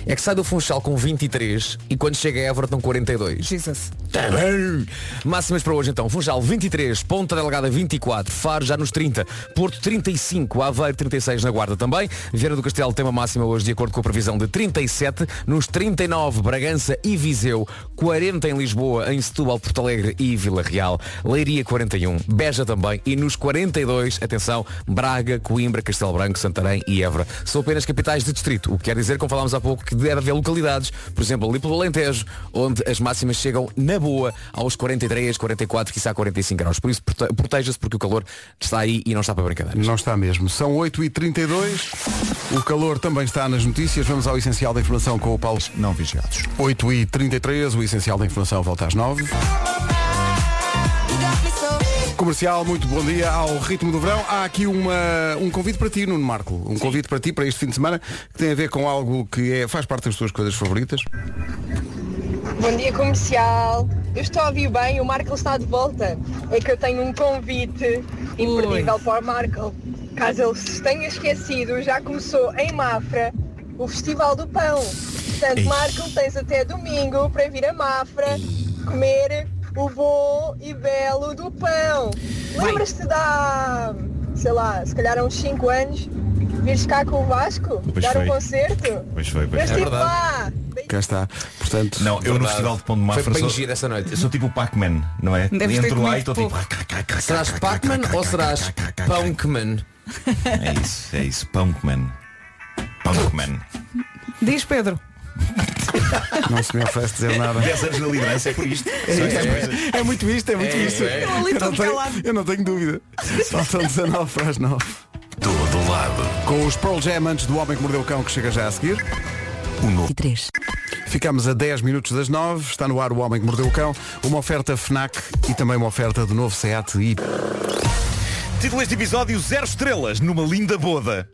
E: É que sai do Funchal com 23 e quando chega a Évora estão 42.
D: Jesus.
E: Tá bem. Máximas para hoje então. Funchal 23, Ponta Delgada 24, Faro já nos 30, Porto 35, Aveiro 36 na Guarda também. Vieira do Castelo tem uma máxima hoje de acordo com a previsão de 37, nos 39 Bragança e Viseu, 40 em Lisboa, em Setúbal, Porto Alegre e Vila Real, Leiria 41, Beja também e nos 42, atenção, Braga, Coimbra, Castelo Branco, Santarém e Évora. São apenas capitais de distrito, o que quer dizer, como falámos há pouco, que deve haver localidades, por exemplo, ali pelo Alentejo, onde as máximas chegam na boa aos 43, 44, quiçá 45 graus. Por isso, prote- proteja-se porque o calor está aí e não está para brincadeiras.
B: Não está mesmo. São 8h32. O calor também está nas notícias. Vamos ao essencial da informação com o Paulo.
I: Não vigiados.
B: 8h33. O essencial da informação volta às 9 Comercial, muito bom dia ao ritmo do verão. Há aqui uma, um convite para ti, Nuno Marco. Um convite para ti para este fim de semana que tem a ver com algo que é, faz parte das tuas coisas favoritas.
K: Bom dia comercial. Eu estou a ouvir bem, o Marco está de volta. É que eu tenho um convite imperdível para o Marco. Caso ele se tenha esquecido, já começou em Mafra o Festival do Pão. Portanto, Marco, tens até domingo para vir a Mafra comer o bom e belo do pão. Lembras-te da, sei lá, se calhar há uns 5 anos, vires cá com o Vasco,
I: Pois
K: dar
I: foi.
K: um concerto?
I: Pois foi,
K: Eu
I: pois foi.
K: estive lá.
B: Cá está. Portanto,
I: Não, eu no
E: Verdade.
I: Festival de Pão de Mafra
E: Foi bem
I: sou,
E: giro essa noite.
I: eu sou tipo o Pac-Man, não é?
D: Deves ter
I: Entro lá e
D: comido
I: estou tipo...
E: Serás Pac-Man ou serás Punkman?
I: É isso, é isso. Pac-Man. Pac-Man.
D: Diz Pedro.
B: não se me oferece dizer nada.
I: 10 anos na liderança é por isto. São estas coisas.
B: É muito isto, é muito isto.
E: é.
D: Estou ali
B: Eu, não
D: todo
B: tenho,
D: calado.
B: eu não tenho dúvida. Faltam 19 para as 9.
J: Todo lado.
I: Um
B: Com os Pearl Jam antes do Homem que Mordeu o Cão que chega já a seguir.
G: 23.
B: Ficamos a 10 minutos das 9. Está no ar o Homem que Mordeu o Cão. Uma oferta FNAC e também uma oferta do novo SEAT e...
I: Título deste episódio, zero estrelas numa linda boda.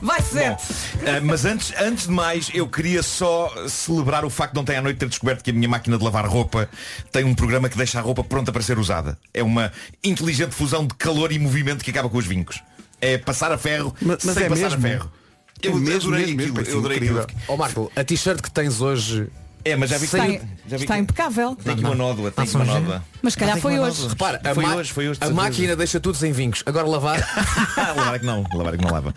D: Vai ser.
I: Ah, mas antes, antes de mais, eu queria só celebrar o facto de ontem à noite ter descoberto que a minha máquina de lavar roupa tem um programa que deixa a roupa pronta para ser usada. É uma inteligente fusão de calor e movimento que acaba com os vincos. É passar a ferro
E: Mas- mas
I: sem
E: é
I: passar
E: mesmo?
I: a ferro.
E: É
I: Eu
E: mesmo,
I: adorei
E: mesmo, mesmo,
I: aquilo.
E: parece
I: eu adorei
E: incrível.
I: aquilo.
E: Ó Marco, a t-shirt que tens hoje.
I: É, mas já vi que
D: Está,
I: tem-
D: em-
I: já vi
D: está
I: que-
D: impecável.
I: Tem aqui uma nódoa, tem aqui uma nódoa.
D: Mas se calhar foi hoje.
E: Repara, a,
I: Foi
E: ma-
I: hoje, foi hoje, de
E: a
I: certeza.
E: máquina deixa tudo sem vincos. Agora lavar.
I: lavar é que não, lavar é que não lava.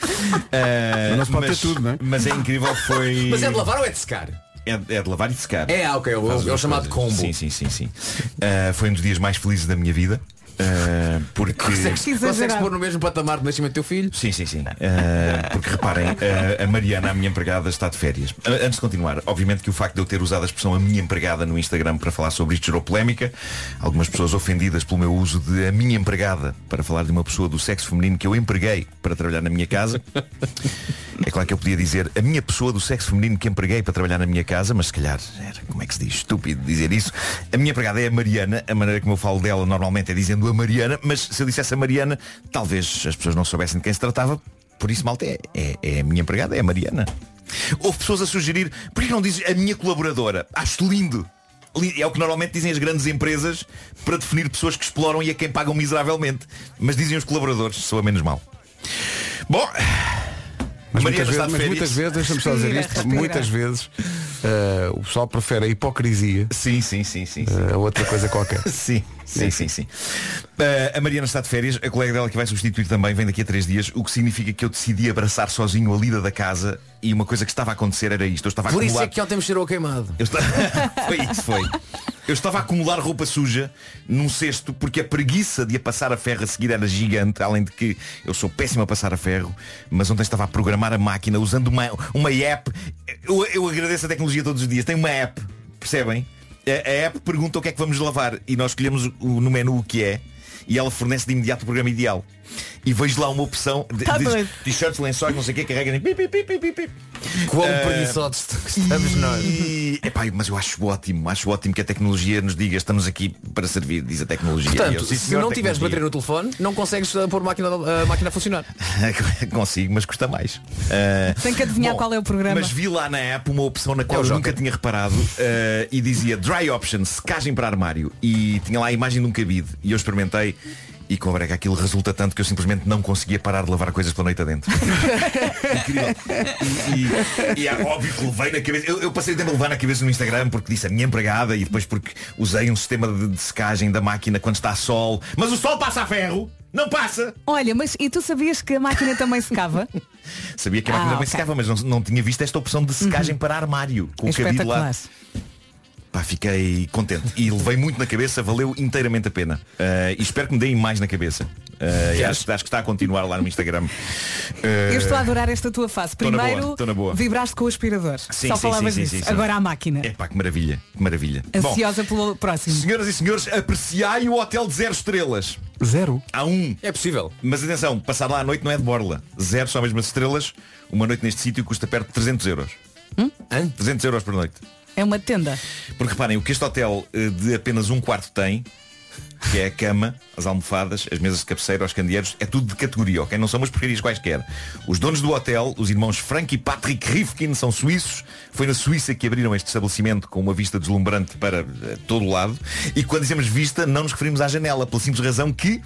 I: Ah,
E: Não se pode ter
I: mas,
E: tudo, não é?
I: mas é incrível, foi.
E: Mas é de lavar ou é de secar?
I: É, é de lavar e de secar.
E: É, ah, ok, é o-
I: Faz
E: é o
I: duas
E: chamado
I: coisas.
E: combo.
I: Sim, sim, sim, sim. Ah, foi um dos dias mais felizes da minha vida. ah, porque.
E: Consegues, consegues pôr no mesmo patamar de nascimento do teu filho?
I: Sim, sim, sim. Ah, porque reparem, ah, a Mariana, a minha empregada, está de férias. Ah, antes de continuar, obviamente que o facto de eu ter usado a expressão a minha empregada no Instagram para falar sobre isto gerou polémica. Algumas pessoas ofendidas pelo meu uso de a minha empregada para falar de uma pessoa do sexo feminino que eu empreguei para trabalhar na minha casa. É claro que eu podia dizer a minha pessoa do sexo feminino que empreguei para trabalhar na minha casa, mas se calhar era, como é que se diz, estúpido dizer isso. A minha empregada é a Mariana, a maneira como eu falo dela normalmente é dizendo a Mariana, mas se eu dissesse a Mariana, talvez as pessoas não soubessem de quem se tratava, por isso malta é, é, é a minha empregada, é a Mariana. Houve pessoas a sugerir, por que não dizes a minha colaboradora? Acho lindo. Li- É o que normalmente dizem as grandes empresas para definir pessoas que exploram e a quem pagam miseravelmente. Mas dizem os colaboradores, sou a menos mal. Bom,
B: Mas
I: Mariana
B: muitas
I: está de
B: vezes, mas
I: férias.
B: muitas vezes, deixa-me só dizer
I: Respira,
D: é
B: isto,
I: respira.
B: muitas vezes eh, o pessoal prefere a hipocrisia
I: sim, sim, sim, sim,
B: a outra coisa qualquer.
I: sim, sim, sim, sim. Uh, a Mariana está de férias, a colega dela que vai substituir também vem daqui a três dias, o que significa que eu decidi abraçar sozinho a lida da casa e uma coisa que estava a acontecer era isto. Eu estava a
E: Por isso
I: acumular...
E: é que ontem me cheirou a queimado.
I: Eu estava... foi isso, foi. Eu estava a acumular roupa suja num cesto porque a preguiça de a passar a ferro a seguir era gigante, além de que eu sou péssimo a passar a ferro, mas ontem estava a programar a máquina usando uma, uma app. Eu, eu agradeço a tecnologia todos os dias. Tem uma app, percebem? A, a app pergunta o que é que vamos lavar e nós escolhemos o- no menu o que é e ela fornece de imediato o programa ideal. E vejo lá uma opção de,
F: Tá
I: diz
F: doido.
I: t-shirts, lençóis, não sei o que, carrega né? em pip, pip, pip, pip, pip.
E: Quão
I: Eh,
E: preguiçosos estamos nós.
I: e, epá, mas eu acho ótimo, acho ótimo que a tecnologia nos diga estamos aqui para servir, diz a tecnologia. E eu,
E: Portanto,
I: "Sim,
E: se
I: senhor, um
E: não tiveres bateria
I: tecnologia."
E: no telefone, não consegues uh, pôr a máquina, a máquina a funcionar.
I: Consigo, mas custa mais. Ah,
D: Tem que adivinhar qual é o programa.
I: Mas vi lá na app uma opção na qual
E: É o
I: eu
E: Joker.
I: nunca tinha reparado eh, e dizia Dry Option, secagem para armário. E tinha lá a imagem de um cabide. E eu experimentei e com a breca aquilo resulta tanto que eu simplesmente não conseguia parar de lavar coisas pela noite adentro. Incrível. E, e- e é óbvio que levei na cabeça. Eu, eu passei o tempo a levar na cabeça no Instagram porque disse a minha empregada e depois porque usei um sistema de, de secagem da máquina quando está a sol. Mas o sol passa a ferro! Não passa!
D: Olha, mas e tu sabias que a máquina também secava?
I: Sabia que a
D: Ah,
I: máquina também
D: ok. Uhum.
I: secava, mas não, não tinha visto esta opção de secagem para armário. Com o cabide lá.
D: Espetacular.
I: Pá, fiquei contente. E levei muito na cabeça, valeu inteiramente a pena. Eh, e espero que me deem mais na cabeça. Eh, e acho, acho que está a continuar lá no Instagram. Eh,
D: Eu estou a adorar esta tua fase.
I: tô na boa,
D: Primeiro,
I: tô na boa.
D: vibraste com o aspirador.
I: Sim,
D: Só
I: sim,
D: falavas
I: sim, sim,
D: disso.
I: sim, sim.
D: Agora à máquina.
I: Epá, É que maravilha, que maravilha. Bom,
D: Ansiosa pelo próximo.
I: senhoras e senhores, apreciai o hotel de zero estrelas.
B: Zero?
I: Há um.
E: É possível.
I: Mas atenção, passar lá à noite não é de borla. Zero são as mesmas estrelas. Uma noite neste sítio custa perto de 300 euros.
E: Hã?
I: 300 euros por noite.
D: É uma tenda.
I: Porque reparem, o que este hotel eh, de apenas um quarto tem, que é a cama, as almofadas, as mesas de cabeceira, os candeeiros, é tudo de categoria, ok? Não são umas porcarias quaisquer. Os donos do hotel, os irmãos Frank e Patrick Rifkin, são suíços. Foi na Suíça que abriram este estabelecimento com uma vista deslumbrante para eh, todo o lado. E quando dizemos vista, não nos referimos à janela, pela simples razão que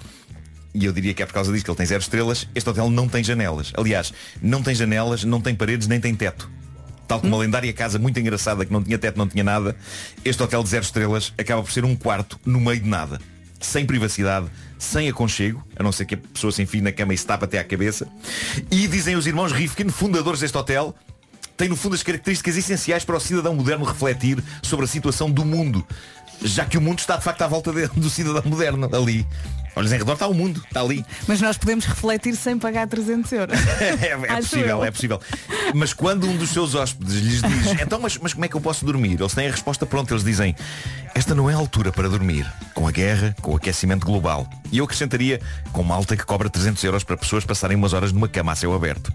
I: e eu diria que é por causa disso que ele tem zero estrelas, este hotel não tem janelas. Aliás, não tem janelas, não tem paredes, nem tem teto. Tal como a lendária casa muito engraçada que não tinha teto, não tinha nada, este hotel de zero estrelas acaba por ser um quarto no meio de nada. Sem privacidade, sem aconchego, a não ser que a pessoa se enfie na cama e se tapa até à cabeça. E dizem os irmãos Rifkin, fundadores deste hotel, tem no fundo as características essenciais para o cidadão moderno refletir sobre a situação do mundo, já que o mundo está de facto à volta de- do cidadão moderno ali. Olhos em redor está o mundo, está ali.
D: Mas nós podemos refletir sem pagar 300 euros.
I: É, é
D: Acho
I: possível,
D: eu.
I: é possível. Mas quando um dos seus hóspedes lhes diz, então mas, mas como é que eu posso dormir? Eles têm a resposta pronta, eles dizem, esta não é a altura para dormir, com a guerra, com o aquecimento global. E eu acrescentaria, com malta que cobra 300 euros para pessoas passarem umas horas numa cama a céu aberto.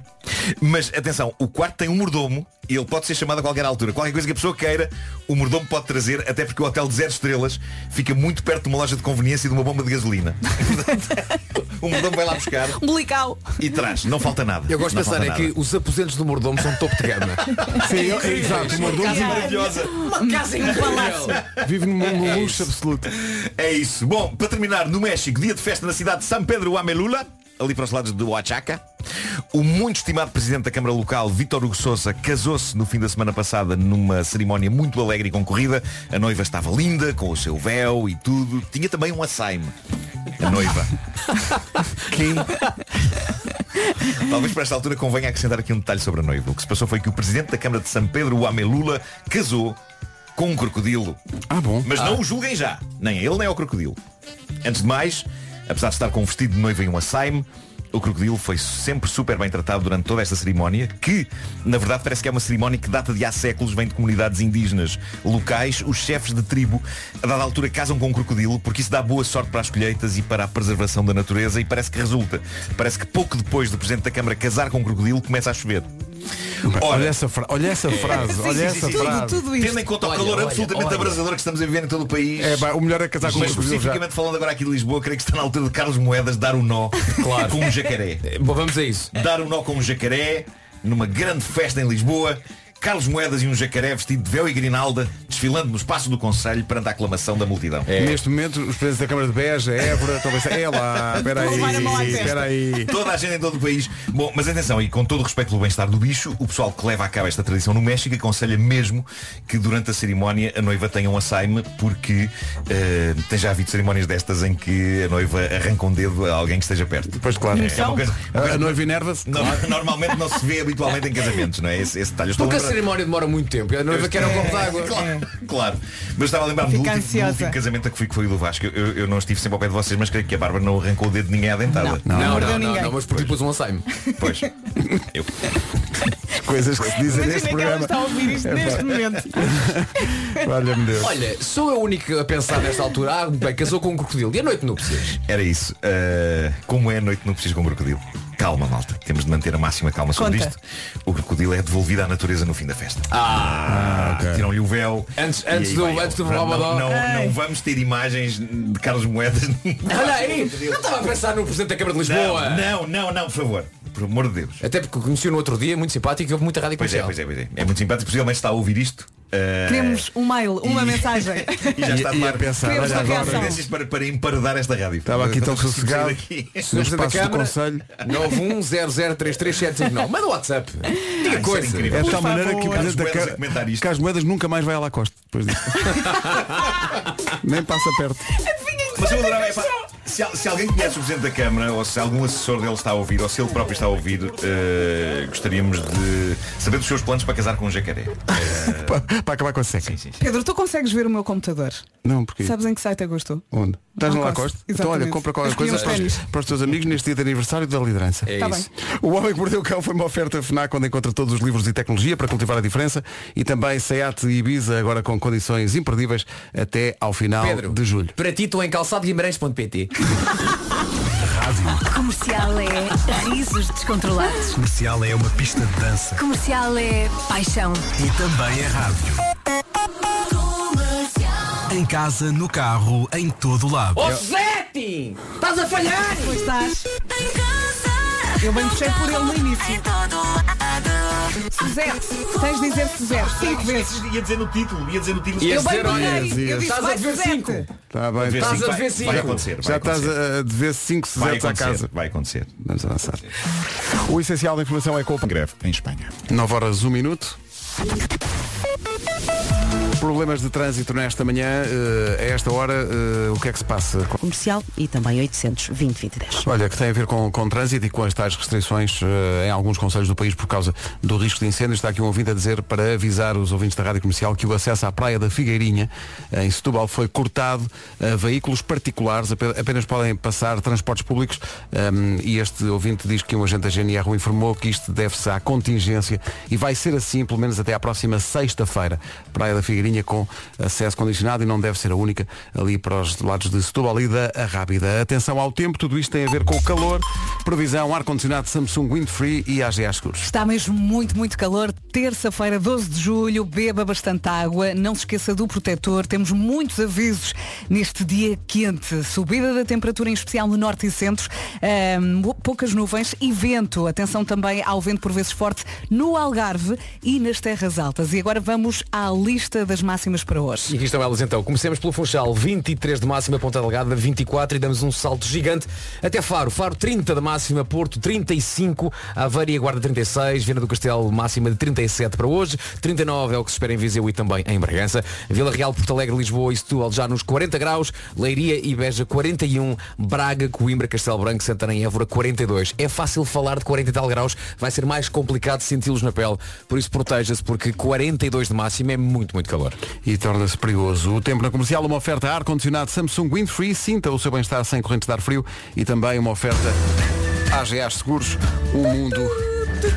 I: Mas atenção, o quarto tem um mordomo e ele pode ser chamado a qualquer altura. Qualquer coisa que a pessoa queira, o mordomo pode trazer, até porque o hotel de zero estrelas fica muito perto de uma loja de conveniência e de uma bomba de gasolina. o mordomo vai lá buscar
D: Umbilical.
I: e traz. Não falta nada.
E: Eu gosto de
I: Não
E: pensar
I: falta
E: é que
I: nada.
E: os aposentos do mordomo são topo de gama.
B: Sim, eu- exato, uma
I: Casa
B: dúvida
I: maravilhosa.
D: Uma casa em um palácio.
B: vive num luxo absoluto.
I: É isso. Bom, para terminar, no México, dia de festa na cidade de São Pedro Amelula, ali para os lados do Oaxaca. O muito estimado presidente da Câmara Local, Vítor Hugo Sousa, casou-se no fim da semana passada numa cerimónia muito alegre e concorrida. A noiva estava linda, com o seu véu e tudo. Tinha também um açaime. A noiva. Quem? Talvez para esta altura convenha acrescentar aqui um detalhe sobre a noiva. O que se passou foi que o presidente da Câmara de São Pedro, o Amelula, casou com um crocodilo.
B: Ah, bom.
I: Mas não o julguem já, nem a ele nem ao crocodilo. Antes de mais, apesar de estar com um vestido de noiva e um açaime, o crocodilo foi sempre super bem tratado durante toda esta cerimónia, que, na verdade, parece que é uma cerimónia que data de há séculos, vem de comunidades indígenas locais, os chefes de tribo, a dada altura, casam com um crocodilo, porque isso dá boa sorte para as colheitas e para a preservação da natureza, e parece que resulta. Parece que pouco depois do Presidente da Câmara casar com um crocodilo, começa a chover.
B: Olha essa, fra- olha essa frase,
I: Sim,
B: olha
I: sim,
B: essa
I: sim, sim.
B: frase.
D: Tudo isto.
I: Tendo em conta
E: Olha,
I: o calor
E: olha,
I: absolutamente
E: olha.
I: abrasador que estamos a viver em todo o país.
B: É, pá, o melhor é casar com o
I: Mas
B: crocodilo já.
I: especificamente falando agora aqui de Lisboa, creio que está na altura de Carlos Moedas dar o nó
E: Claro.
I: com um jacaré.
E: Bom, vamos a isso.
I: Dar o nó com um jacaré, numa grande festa em Lisboa, Carlos Moedas e um jacaré vestido de véu e grinalda, desfilando no espaço do Conselho perante a aclamação da multidão.
E: É.
B: Neste momento, os presidentes da Câmara de Beja, Évora, talvez. É lá, espera aí,
D: Levar a mão à
B: espera aí.
I: Toda a gente em todo o país. Bom, mas atenção, e com todo o respeito pelo bem-estar do bicho, o pessoal que leva a cabo esta tradição no México aconselha mesmo que durante a cerimónia a noiva tenha um açaime, porque eh, tem já havido cerimónias destas em que a noiva arranca um dedo a alguém que esteja perto.
B: Pois claro.
I: É uma coisa- uma
B: A
I: coisa-
B: a noiva enerva-se.
I: No- Normalmente não se vê habitualmente em casamentos, não é? Esse, esse detalhe. Eu estou
E: Porque a
I: lembrar-
E: cerimónia demora muito tempo. e A noiva quer um copo d'água.
I: Claro,
B: É.
I: claro. Mas estava a lembrar do
D: Fica
I: último, do
D: ansiosa.
I: último casamento a que fui que foi o do Vasco. Eu, eu- eu não estive sempre ao pé de vocês, mas creio que a Bárbara não arrancou o dedo de ninguém à dentada.
E: Não, não,
D: mordeu
E: não, não,
D: ninguém.
E: mas porque pus um açaime.
I: Pois. Eu.
B: Coisas que se dizem neste
D: Imagina que ela
B: programa.
D: está a ouvir isto
I: É
D: neste momento.
B: Olha-me Deus.
E: Olha, sou eu o único a pensar nesta altura. Ah, bem, casou com um crocodilo. E a noite de núpcias?
I: Era isso. Uh, como é a noite no Preciso com o Crocodilo? Calma, malta. Temos de manter a máxima calma sobre
D: Conta.
I: isto. O crocodilo é devolvido à natureza no fim da festa.
E: Ah,
I: Tiram-lhe o véu.
E: Antes-
I: e
E: antes
I: aí
E: do-
I: vai ele.
E: antes do
I: não,
E: Babadó.
I: não, não, não vamos ter imagens de Carlos Moedas.
E: Olha aí, eu estava a pensar no presidente da Câmara de Lisboa. É
I: Não, não, não, não, por favor. Por amor de Deus.
E: Até porque o conheci no outro dia, muito simpático e houve muita rádio
I: Pois é,
E: comercial.
I: pois é, pois é. É muito simpático, possivelmente está a ouvir isto. uh,
D: Temos um mail, uma
I: e-
D: mensagem.
I: e já está
B: E- e a
I: mar-
B: pensar,
D: Queremos
B: olha
D: a
B: agora.
D: reação.
I: tendências para, para emparedar esta rádio.
B: Estava aqui tão
I: Não consigo
B: sossegado.
I: sair daqui.
B: No
E: Senhor Presidente da
B: espaço do
E: Câmara,
B: Conselho.
E: 910033759. Manda o WhatsApp. Diga
I: é
E: coisa.
I: incrível.
B: É de
I: Por
B: tal maneira
I: favor.
B: que o presidente da
I: Carlos Moedas a comentar
B: Câmara.
I: isto.
B: Carlos Moedas nunca mais vai à Lacoste. Depois disso. Nem passa perto.
I: Mas eu adorava, epá, se, al- se alguém conhece o Presidente da Câmara, ou se algum assessor dele está a ouvir, ou se ele próprio está a ouvir, eh, gostaríamos de saber dos seus planos para casar com um jacaré.
B: Pa- Para, acabar com a seca.
D: Pedro, tu consegues ver o meu computador?
B: Não, porque.
D: Sabes em que site eu gosto?
B: Onde? Estás na
D: Lacoste,
B: Lacoste? Então olha,
D: exatamente.
B: compra qualquer
D: Escolhi
B: coisa
D: uns
B: para os,
D: ténis.
B: para os teus amigos neste dia de aniversário da liderança.
E: É
D: Tá
E: isso.
B: O Homem que Mordeu o Cão foi uma oferta FNAC onde encontra todos os livros e tecnologia para cultivar a diferença e também Seat e Ibiza agora com condições imperdíveis até ao final
E: Pedro,
B: de julho.
E: Para ti estou em calçado guimarães.pt.
G: Comercial é risos descontrolados.
L: Comercial é uma pista de dança
G: Comercial é paixão.
L: e também é rádio. Em casa, no carro, em todo lado.
E: Ó Zeti! Oh, Estás a falhar!
D: Pois estás. Eu bem puxei por ele no início. Suzete, tens de dizer Suzete cinco vezes.
I: Ia dizer no título, ia dizer no título.
E: Ia
D: Eu bem
E: dizer, olha,
D: puxei. Eu disse,
E: é estás a
D: vai
E: ver
D: Suzete.
E: cinco.
B: Está bem,
I: Ver
B: tá-
I: cinco,
E: a
I: vai-
E: ver
I: Vai
E: cinco.
I: acontecer, vai
B: já estás
I: acontecer.
B: a a dever 5
I: Vai
B: Suzetes à
I: acontecer,
B: casa.
I: vai acontecer.
B: Vamos avançar. O essencial da informação é com o
I: Greve em Espanha.
B: 9 horas 1 minuto. Problemas de trânsito nesta manhã, eh, a esta hora, eh, o que é que se passa?
A: Comercial e também 820 2010.
B: Olha, que tem a ver com, com trânsito e com as tais restrições eh, em alguns conselhos do país por causa do risco de incêndio. Está aqui um ouvinte a dizer para avisar os ouvintes da Rádio Comercial que o acesso à Praia da Figueirinha, eh, em Setúbal, foi cortado a veículos particulares. Ape- Apenas podem passar transportes públicos. Ahm, e este ouvinte diz que um agente da GNR o informou que isto deve-se à contingência e vai ser assim pelo menos até à próxima sexta-feira. Praia da Figueirinha linha com acesso condicionado e não deve ser a única ali para os lados de Setúbal e da Rábida. Atenção ao tempo, tudo isto tem a ver com o calor, previsão, ar-condicionado Samsung Windfree e AGA Seguros.
D: Está mesmo muito, muito calor. Terça-feira, 12 de julho, beba bastante água, não se esqueça do protetor. Temos muitos avisos neste dia quente. Subida da temperatura, em especial no norte e centro, Ahm, poucas nuvens e vento. Atenção também ao vento por vezes forte no Algarve e nas terras altas. E agora vamos à lista das máximas para hoje.
E: E aqui estão elas então. Comecemos pelo Funchal, 23 de máxima, Ponta Delgada 24 e damos um salto gigante até Faro. Faro 30 de máxima, Porto 35, Aveiro e Guarda 36, Viana do Castelo máxima de 37 para hoje, 39 é o que se espera em Viseu e também em Bragança, Vila Real, Porto Alegre, Lisboa e Setúbal já nos 40 graus, Leiria e Beja 41, Braga, Coimbra, Castelo Branco, Santarém e Évora 42. É fácil falar de 40 e tal graus, vai ser mais complicado senti-los na pele, por isso proteja-se porque 42 de máxima é muito, muito calor.
B: E torna-se perigoso. O tempo na comercial, uma oferta ar-condicionado Samsung Windfree, sinta o seu bem-estar sem correntes de ar frio e também uma oferta AGA Seguros, o mundo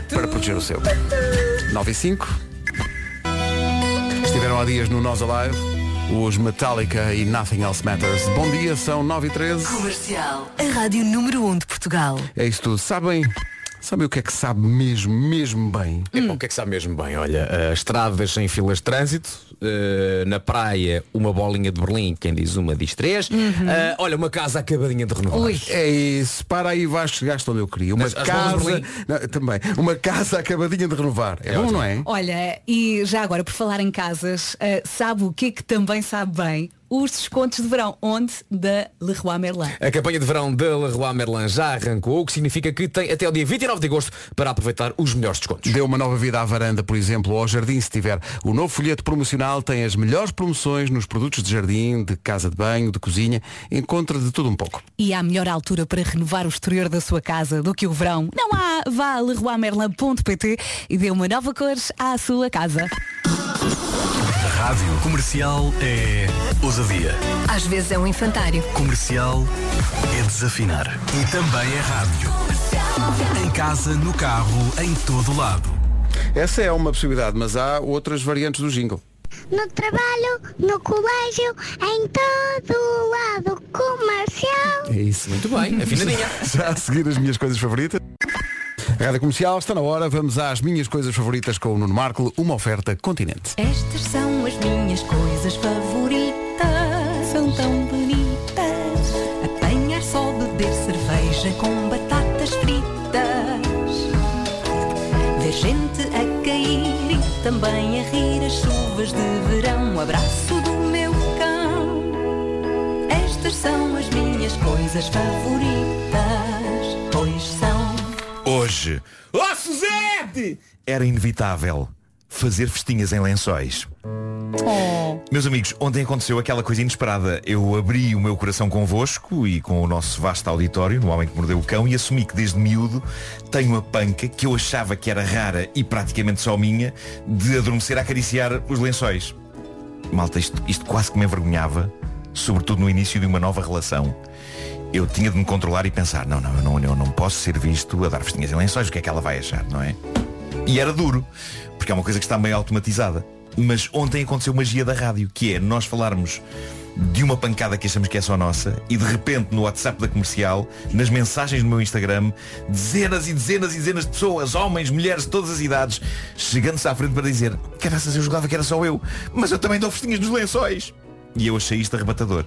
B: para proteger o seu. 9 e 5. Estiveram há dias no Nós Alive, os Metallica e Nothing Else Matters. Bom dia, são 9 e 13.
G: Comercial. A rádio número 1 de Portugal.
B: É isso tudo. Sabem, sabem o que é que sabe mesmo, mesmo bem?
E: É
I: Hum.
E: bom, o que é que sabe mesmo bem? Olha, eh, estradas sem filas de trânsito, eh, na praia uma bolinha de Berlim, quem diz uma diz três.
I: Uhum.
E: Eh, olha, uma casa acabadinha de renovar.
B: É isso, para aí vais chegar onde eu queria. Uma
E: Mas as bolas de
B: casa.
E: Berlim-
B: Não, também, uma casa acabadinha de renovar. É, bom,
E: ótimo.
B: não é?
D: Olha, e já agora, por falar em casas, eh, sabe o que é que também sabe bem? Os descontos de verão. Onde? Da Leroy Merlin.
E: A campanha de verão da Leroy Merlin já arrancou, o que significa que tem até o dia 29 de agosto para aproveitar os melhores descontos.
B: Dê é? uma nova vida à varanda, por exemplo, ou ao jardim, se tiver. O novo folheto promocional tem as melhores promoções nos produtos de jardim, de casa de banho, de cozinha. Encontra de tudo um pouco.
D: E há melhor altura para renovar o exterior da sua casa do que o verão? Não há! Vá a leroymerlin.pt e dê uma nova cor à sua casa.
L: Rádio comercial é ousadia.
G: Às vezes é um infantário.
L: Comercial é desafinar. E também é rádio. Em casa, no carro, em todo lado.
B: Essa é uma possibilidade, mas há outras variantes do jingle.
H: No trabalho, no colégio, em todo o lado comercial.
B: É isso.
E: Muito bem, afinadinha.
B: Já a seguir as minhas coisas favoritas. A Rádio Comercial está na hora, vamos às minhas coisas favoritas com o Nuno Marco, uma oferta continente.
D: É.
M: Estas são as minhas coisas favoritas, são tão bonitas. Apanhar só, beber cerveja com batatas fritas. Ver gente a cair e também a rir as chuvas de verão. O abraço do meu cão. Estas são as minhas coisas favoritas, pois são.
I: Hoje, oh Suzete! Era inevitável fazer festinhas em lençóis. Meus amigos, ontem aconteceu aquela coisa inesperada. Eu abri o meu coração convosco e com o nosso vasto auditório, no Homem que Mordeu o Cão, e assumi que desde miúdo tenho a panca, que eu achava que era rara e praticamente só minha, de adormecer a acariciar os lençóis. Malta, isto, isto quase que me envergonhava, sobretudo no início de uma nova relação. Eu tinha de me controlar e pensar, não, não, eu não, eu não posso ser visto a dar festinhas em lençóis, o que é que ela vai achar, não é? E era duro, porque é uma coisa que está meio automatizada. Mas ontem aconteceu magia da rádio, que é nós falarmos de uma pancada que achamos que é só nossa e de repente no WhatsApp da comercial, nas mensagens do meu Instagram, dezenas e dezenas e dezenas de pessoas, homens, mulheres, de todas as idades, chegando-se à frente para dizer, caraças, eu jogava que era só eu, mas eu também dou festinhas nos lençóis. E eu achei isto arrebatador.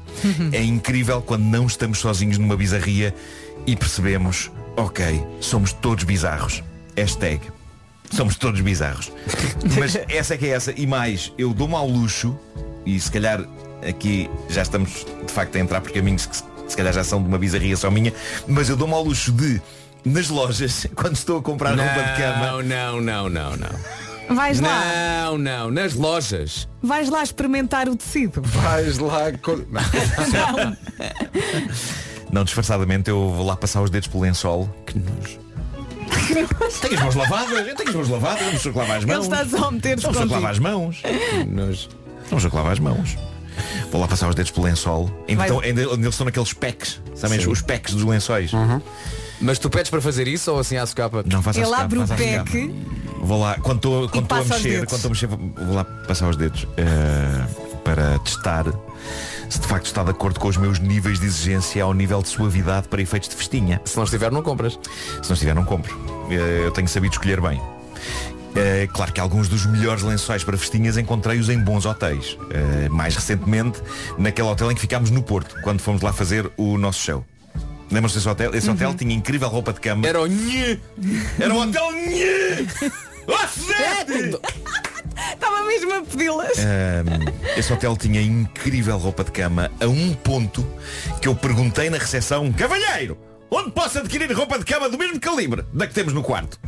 I: é incrível quando não estamos sozinhos numa bizarria e percebemos, ok, somos todos bizarros. Hashtag Somos todos bizarros. Mas essa é que é essa. E mais, eu dou-me ao luxo, e se calhar aqui já estamos de facto a entrar por caminhos que se- se calhar já são de uma bizarria só minha, mas eu dou-me ao luxo de, nas lojas, quando estou a comprar roupa de cama.
E: Não, não, não, não, não.
D: Vais lá,
E: Não, não, nas lojas.
D: vais lá experimentar o tecido.
B: Vais lá.
D: Não.
I: Não, disfarçadamente eu vou lá passar os dedos pelo lençol. Que nojo. tenho as mãos lavadas, eu tenho as mãos lavadas, eu não sou que lava as
D: Ele
I: mãos.
D: está só a meter-se
I: Não sou que
D: contigo.
I: lava as mãos. Não sou é que lava as mãos. Vou lá passar os dedos pelo lençol. Ainda,
E: Vai-
I: estão- ainda, ainda estão naqueles packs, sabem? os-
E: Sim.
I: Os packs dos lençóis.
E: Mas tu pedes para fazer isso ou assim à socapa?
I: Não faço à
D: Ele
I: socapa,
D: abre o
I: faço à socapa.
D: pack
I: Vou lá, quando estou quando estou a
D: passa os
I: mexer,
D: dedos.
I: quando estou a mexer, vou vou lá passar os dedos eh, para testar se de facto está de acordo com os meus níveis de exigência ao nível de suavidade para efeitos de festinha.
E: Se não estiver, não compras.
I: Se não estiver, não compro. Eh, eu tenho sabido escolher bem. Eh, claro que alguns dos melhores lençóis para festinhas encontrei-os em bons hotéis. Eh, mais recentemente, naquele hotel em que ficámos no Porto, quando fomos lá fazer o nosso show. Lembram-se desse hotel? Esse hotel tinha incrível roupa de cama.
E: Era o Nhe!
I: Era um hotel Nhe! Lá se deve!
D: Estava mesmo a pedi-las.
I: Ahm, esse hotel tinha incrível roupa de cama a um ponto que eu perguntei na recepção, cavalheiro, onde posso adquirir roupa de cama do mesmo calibre da que temos no quarto?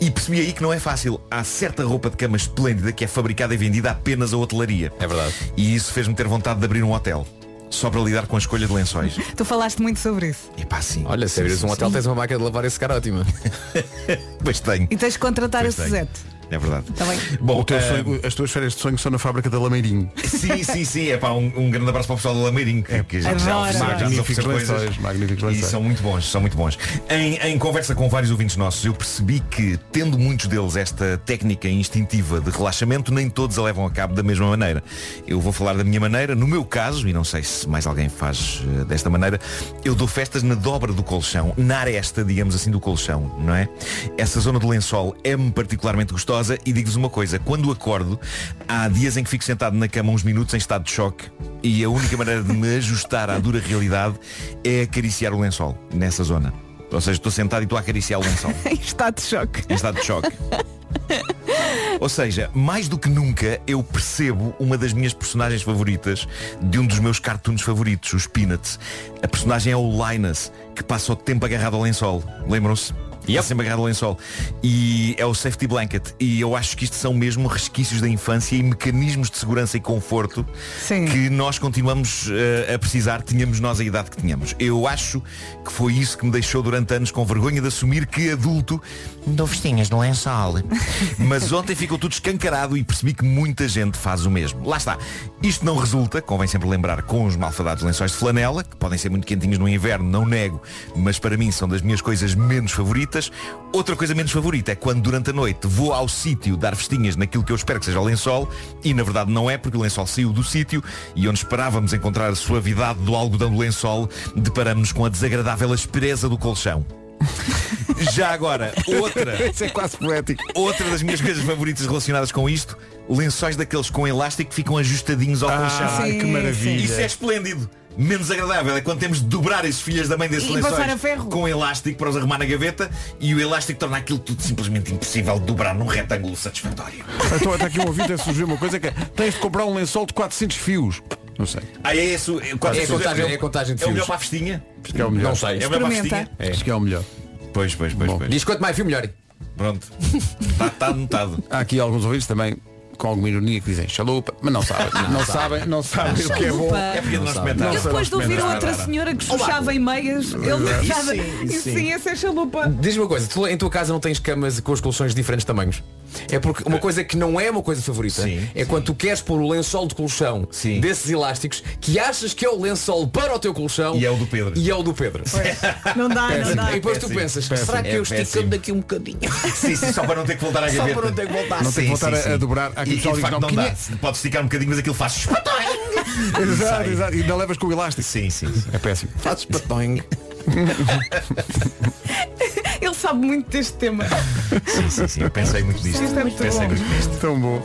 I: E percebi aí que não é fácil. Há certa roupa de cama esplêndida que é fabricada e vendida apenas a hotelaria. É
E: verdade.
I: E isso fez-me ter vontade de abrir um hotel. Só para lidar com a escolha de lençóis.
D: Tu falaste muito sobre isso.
I: E pá, sim.
E: Olha, se abrires um hotel, tens uma máquina de lavar esse cara ótima.
I: Pois tenho.
D: E tens de contratar
I: Pois
D: a
I: tenho.
D: Suzette.
I: É verdade.
D: Está bem?
I: Bom,
B: O teu
I: ah,
B: sonho- as tuas férias de sonho são na fábrica da Lameirinho.
I: Sim, sim, sim. É pá, um, um grande abraço para o pessoal do Lameirinho. Que, que já, já
D: Adoro.
I: ofereceu- já nos
B: Magníficos
I: ofereceu coisas.
B: lençóis, magníficos
I: E
B: lençóis.
I: são muito bons, são muito bons. Em, em conversa com vários ouvintes nossos, eu percebi que, tendo muitos deles esta técnica instintiva de relaxamento, nem todos a levam a cabo da mesma maneira. Eu vou falar da minha maneira, no meu caso, e não sei se mais alguém faz eh, desta maneira, eu dou festas na dobra do colchão, na aresta, digamos assim, do colchão, não é? Essa zona do lençol é-me particularmente gostosa e digo-vos uma coisa, quando acordo, há dias em que fico sentado na cama uns minutos em estado de choque e a única maneira de me ajustar à dura realidade é acariciar o lençol nessa zona. Ou seja, estou sentado e estou a acariciar o lençol
D: Em estado de choque.
I: em estado de choque. Ou seja, mais do que nunca eu percebo uma das minhas personagens favoritas de um dos meus cartoons favoritos, os Peanuts. A personagem é o Linus, que passa o tempo agarrado ao lençol. Lembram-se? Está sempre agarrado ao lençol. E é o safety blanket. E eu acho que isto são mesmo resquícios da infância e mecanismos de segurança e conforto
D: Sim.
I: que nós continuamos eh, a precisar, tínhamos nós a idade que tínhamos. Eu acho que foi isso que me deixou durante anos com vergonha de assumir que adulto dou festinhas no lençol. é, Mas ontem ficou tudo escancarado e percebi que muita gente faz o mesmo. Lá está. Isto não resulta, convém sempre lembrar, com os malfadados lençóis de flanela, que podem ser muito quentinhos no inverno, não nego, mas para mim são das minhas coisas menos favoritas. Outra coisa menos favorita é quando durante a noite vou ao sítio dar festinhas naquilo que eu espero que seja o lençol e na verdade não é porque o lençol saiu do sítio e onde esperávamos encontrar a suavidade do algodão do lençol deparamos com a desagradável aspereza do colchão. Já agora, outra
B: Isso é quase poético.
I: Outra das minhas coisas favoritas relacionadas com isto, lençóis daqueles com elástico que ficam ajustadinhos ao colchão.
B: Ai,
D: Sim,
B: Ah, que maravilha.
I: Isso é esplêndido. Menos agradável é quando temos de dobrar esses filhas da mãe desses
D: E
I: lençóis
D: passar a ferro.
I: com elástico para os arrumar na gaveta e o elástico torna aquilo tudo simplesmente impossível de dobrar num retângulo satisfatório.
B: Então está aqui um ouvinte a surgir uma coisa que é, tens de comprar um lençol de 400 fios. Não sei.
I: Aí é isso. É,
E: É a contagem- é a contagem de
I: É o melhor
E: fios.
I: para a festinha?
B: Acho que é o melhor.
E: Não sei.
I: É o melhor para a
D: Experimenta.
I: festinha?
B: Acho que é o melhor.
I: Pois, pois, pois,
B: Bom.
I: pois.
E: Diz quanto mais fio, melhor.
I: Pronto. Está tá anotado.
B: Há aqui alguns ouvintes também com alguma ironia que dizem chalupa, mas não sabem.
I: Ah,
B: Não, sabem, não sabem o que é bom.
I: É porque nós
D: Eu
I: comentários.
D: depois de ouvir outra senhora que chuchava em meias, ele não estava.
I: sim,
D: Isso
I: sim.
D: sim, essa é chalupa.
E: Diz-me uma coisa, tu em tua casa não tens camas com as colchões de diferentes tamanhos? É porque uma coisa que não é uma coisa favorita
I: Ah. Sim,
E: é quando tu queres pôr o lençol de colchão
I: Sim.
E: desses elásticos que achas que é o lençol para o teu colchão
I: E é o do Pedro.
E: E é o do Pedro.
D: Não dá, não
E: E
I: é
D: dá.
E: depois tu
I: Péssimo,
E: pensas,
I: péssimo.
E: será que
I: É
E: eu esticando
I: péssimo.
E: daqui um bocadinho?
I: Sim, sim, só para não ter que voltar à
E: Só
I: gaveta.
E: para não ter que voltar.
B: Não ter que voltar a- a dobrar. Há aqui
I: e, e,
B: pessoal
I: de
B: que diz,
I: facto
B: não,
I: não dá.
B: quinhentos.
I: Pode esticar um bocadinho, mas aquilo faz
B: Exato, exato. E não levas com o elástico.
I: Sim, sim. sim.
B: É péssimo.
E: Fazes patoing.
D: Ele sabe muito deste tema.
I: sim, sim, sim. Eu pensei muito nisto.
D: Isto é muito
I: Pensei
D: bom.
I: muito nisto.
B: Tão bom.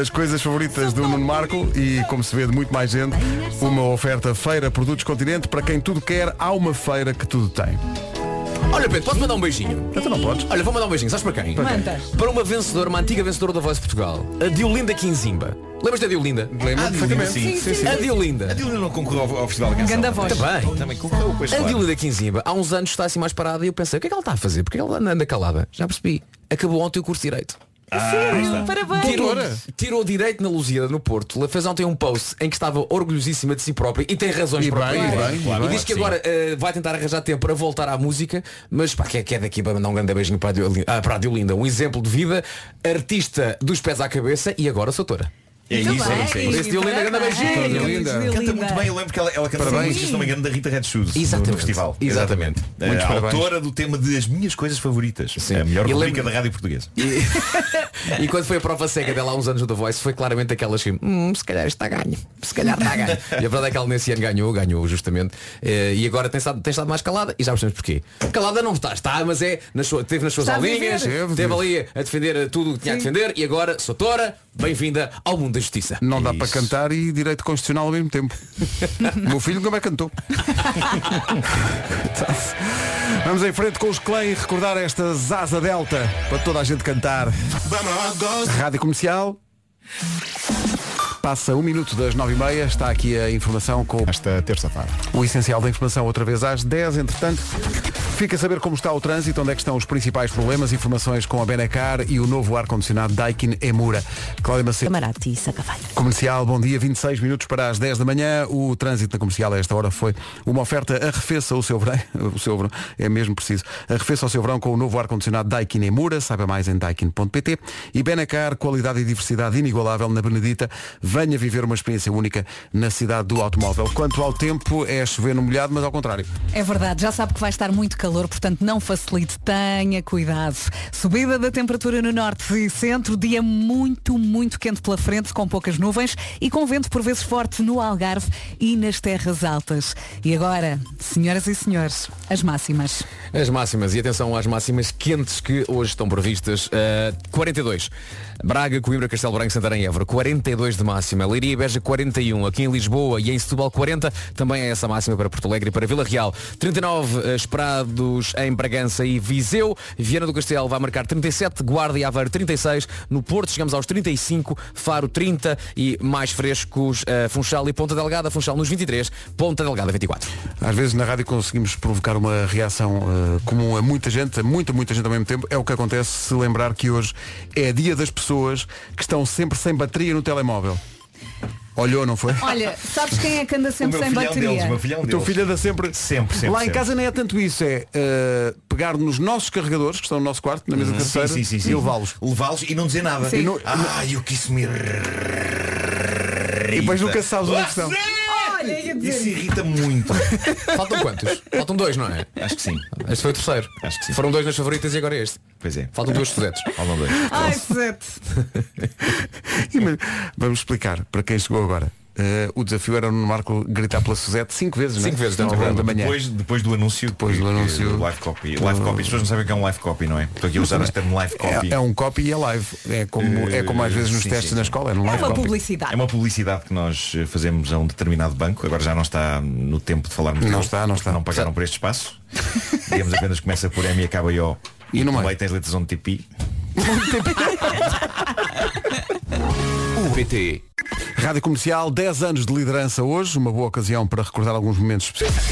B: As coisas favoritas do Nuno Marco e, como se vê, de muito mais gente. Uma oferta Feira Produtos Continente. Para quem tudo quer, há uma feira que tudo tem.
E: Olha Pedro, posso mandar um beijinho?
B: Então não podes.
E: Olha, vou mandar um beijinho, sabes para quem?
D: Manda.
E: Para uma vencedora, uma antiga vencedora da Voz de Portugal, a Diolinda Quinzimba. Lembras da Diolinda? Ah,
B: Lembra?
I: Sim, sim, sim.
E: A Diolinda.
I: A Dilma não concorreu ao, ao Festival da Canção.
D: Ganda voz.
E: Também.
I: Também concorreu, pois
E: A
I: claro.
E: Dilma da Quinzimba, há uns anos está assim mais parada e eu pensei, o que é que ela está a fazer? Porque ela anda calada? Já percebi. Acabou ontem o curso de Direito.
D: Sério,
B: é
D: parabéns.
E: Tirou, tirou direito na Lusíada, no Porto. Ela fez ontem um post em que estava orgulhosíssima de si própria e tem razões
B: E
E: para
B: bem,
E: isso.
B: e bem, e bem.
E: diz que
I: Sim.
E: agora eh, vai tentar arranjar tempo para voltar à música, mas pá, que é, que é daqui para ah, mandar um grande beijinho para a, Diolinda, para a Diolinda. Um exemplo de vida, artista dos pés à cabeça e agora soutora.
I: É
D: Então
M: Muito
I: isso, é
M: bem.
I: isso, é
M: Por
I: isso.
M: esse Diolinda, grande
I: Parabéns.
M: beijinho.
I: Canta
M: Diolinda.
I: muito bem. Canta muito bem, eu lembro que ela, ela canta
M: Parabéns.
I: essa música, se não me engano, da Rita Red Shoes no-
E: Exatamente.
I: no festival.
E: Exatamente.
I: Eh,
E: Muitos parabéns.
I: autora do tema de As Minhas Coisas Favoritas. É a melhor
E: Eu
I: rubrica
E: lembro-
I: da rádio portuguesa.
E: E, e quando foi a prova seca dela há uns anos no The Voice, foi claramente aquelas que, hum, se calhar está a ganho, se calhar está a ganho. E a verdade é que ela nesse ano ganhou, ganhou justamente. Eh, e agora tem estado, tem estado mais calada e já percebemos porquê. Calada não está, está, mas é, nas suas, teve nas suas
M: Está a
E: alvinhas,
M: viver.
E: teve ali a defender tudo o que tinha a defender e agora, Sotora, bem-vinda ao mundo da justiça.
B: Não dá para cantar e direito constitucional ao mesmo tempo. O Meu filho nunca mais cantou. Tá-se. Vamos em frente com os Clay e recordar esta Zaza Delta para toda a gente cantar. Rádio Comercial. Passa um minuto das nove e meia, está aqui a informação com
N: esta terça-feira.
B: O essencial da informação outra vez às 10, entretanto. Fica a saber como está o trânsito, onde é que estão os principais problemas, informações com a Benacar e o novo ar-condicionado Daikin Emura. Cláudia Macedo.
A: Camarati e Sacavalho.
B: Comercial, bom dia, 26 minutos para as 10 da manhã. O trânsito na comercial a esta hora foi uma oferta arrefeça o seu verão, o seu verão, é mesmo preciso. Arrefeça o seu verão com o novo ar-condicionado Daikin Emura, saiba mais em daikin.pt e Benacar, qualidade e diversidade inigualável na Benedita. Venha viver uma experiência única na cidade do automóvel. Quanto ao tempo, é chover no molhado, mas ao contrário.
D: É verdade, já sabe que vai estar muito calor, portanto não facilite, tenha cuidado. Subida da temperatura no norte e centro, dia muito, muito quente pela frente, com poucas nuvens e com vento por vezes forte no Algarve e nas terras altas. E agora, senhoras e senhores, as máximas.
E: As máximas, e atenção às máximas quentes que hoje estão previstas. Eh, 42. Braga, Coimbra, Castelo Branco, Santarém e Évora, 42 de máxima. Leiria e Beja, 41. Aqui em Lisboa e em Setúbal, 40. Também é essa máxima para Porto Alegre e para Vila Real. 39 eh, esperados em Bragança e Viseu. Viana do Castelo vai marcar 37. Guarda e Aveiro, 36. No Porto chegamos aos 35. Faro, 30. E mais frescos, eh, Funchal e Ponta Delgada. Funchal nos 23. Ponta Delgada, 24.
B: Às vezes na rádio conseguimos provocar uma reação eh, comum a muita gente, a muita, muita gente ao mesmo tempo. É o que acontece se lembrar que hoje é dia das pessoas que estão sempre sem bateria no telemóvel. Olhou, não foi?
D: Olha, sabes quem é que anda sempre sem bateria?
B: O teu filho anda sempre.
I: Sempre, sempre,
B: Lá em
I: sempre.
B: casa não é tanto isso, é eh, pegar nos nossos carregadores, que estão no nosso quarto, na mesa de cabeceira,
I: Sim, sim, sim,
B: e
I: sim.
B: levá-los.
I: Levá-los e não dizer nada.
B: Sim.
I: E não- Ai, o que isso me irrita.
B: E depois nunca sabes onde é que estão.
D: Olha, ia dizer
I: Isso irrita muito.
E: Faltam quantos? Faltam dois, não é?
I: Acho que sim.
E: Este foi o terceiro.
I: Acho que sim.
E: Foram dois nas favoritas e agora é este.
I: Pois é.
E: Faltam dois estudantes.
I: Faltam dois.
D: Ai, sete.
B: E mas- Vamos explicar para quem chegou agora. Eh, o desafio era o Nuno Marco gritar pela Suzete cinco vezes, não é?
I: Cinco vezes,
B: Ao
I: não,
B: longo da manhã.
I: depois, depois do anúncio. Depois do anúncio. Live copy. Live copy. As pessoas não sabem o que é um live copy, não é? Estou aqui a usar este termo live copy. Eh,
B: É, é um copy e é live. É como, é como às vezes nos
I: Sim,
B: testes
I: sim,
B: na
I: sim.
B: escola, é no live copy.
D: publicidade.
I: É uma publicidade que nós eh, fazemos a um determinado banco. Agora já não está no tempo de falarmos
B: Não
I: dele,
B: está, não
I: porque
B: está.
I: Não pagaram por este espaço. Digamos apenas começa por M e acaba em O. E no meio tens letras onde tipo TP.
B: O PT. Rádio Comercial, 10 anos de liderança hoje, uma boa ocasião para recordar alguns momentos especiais.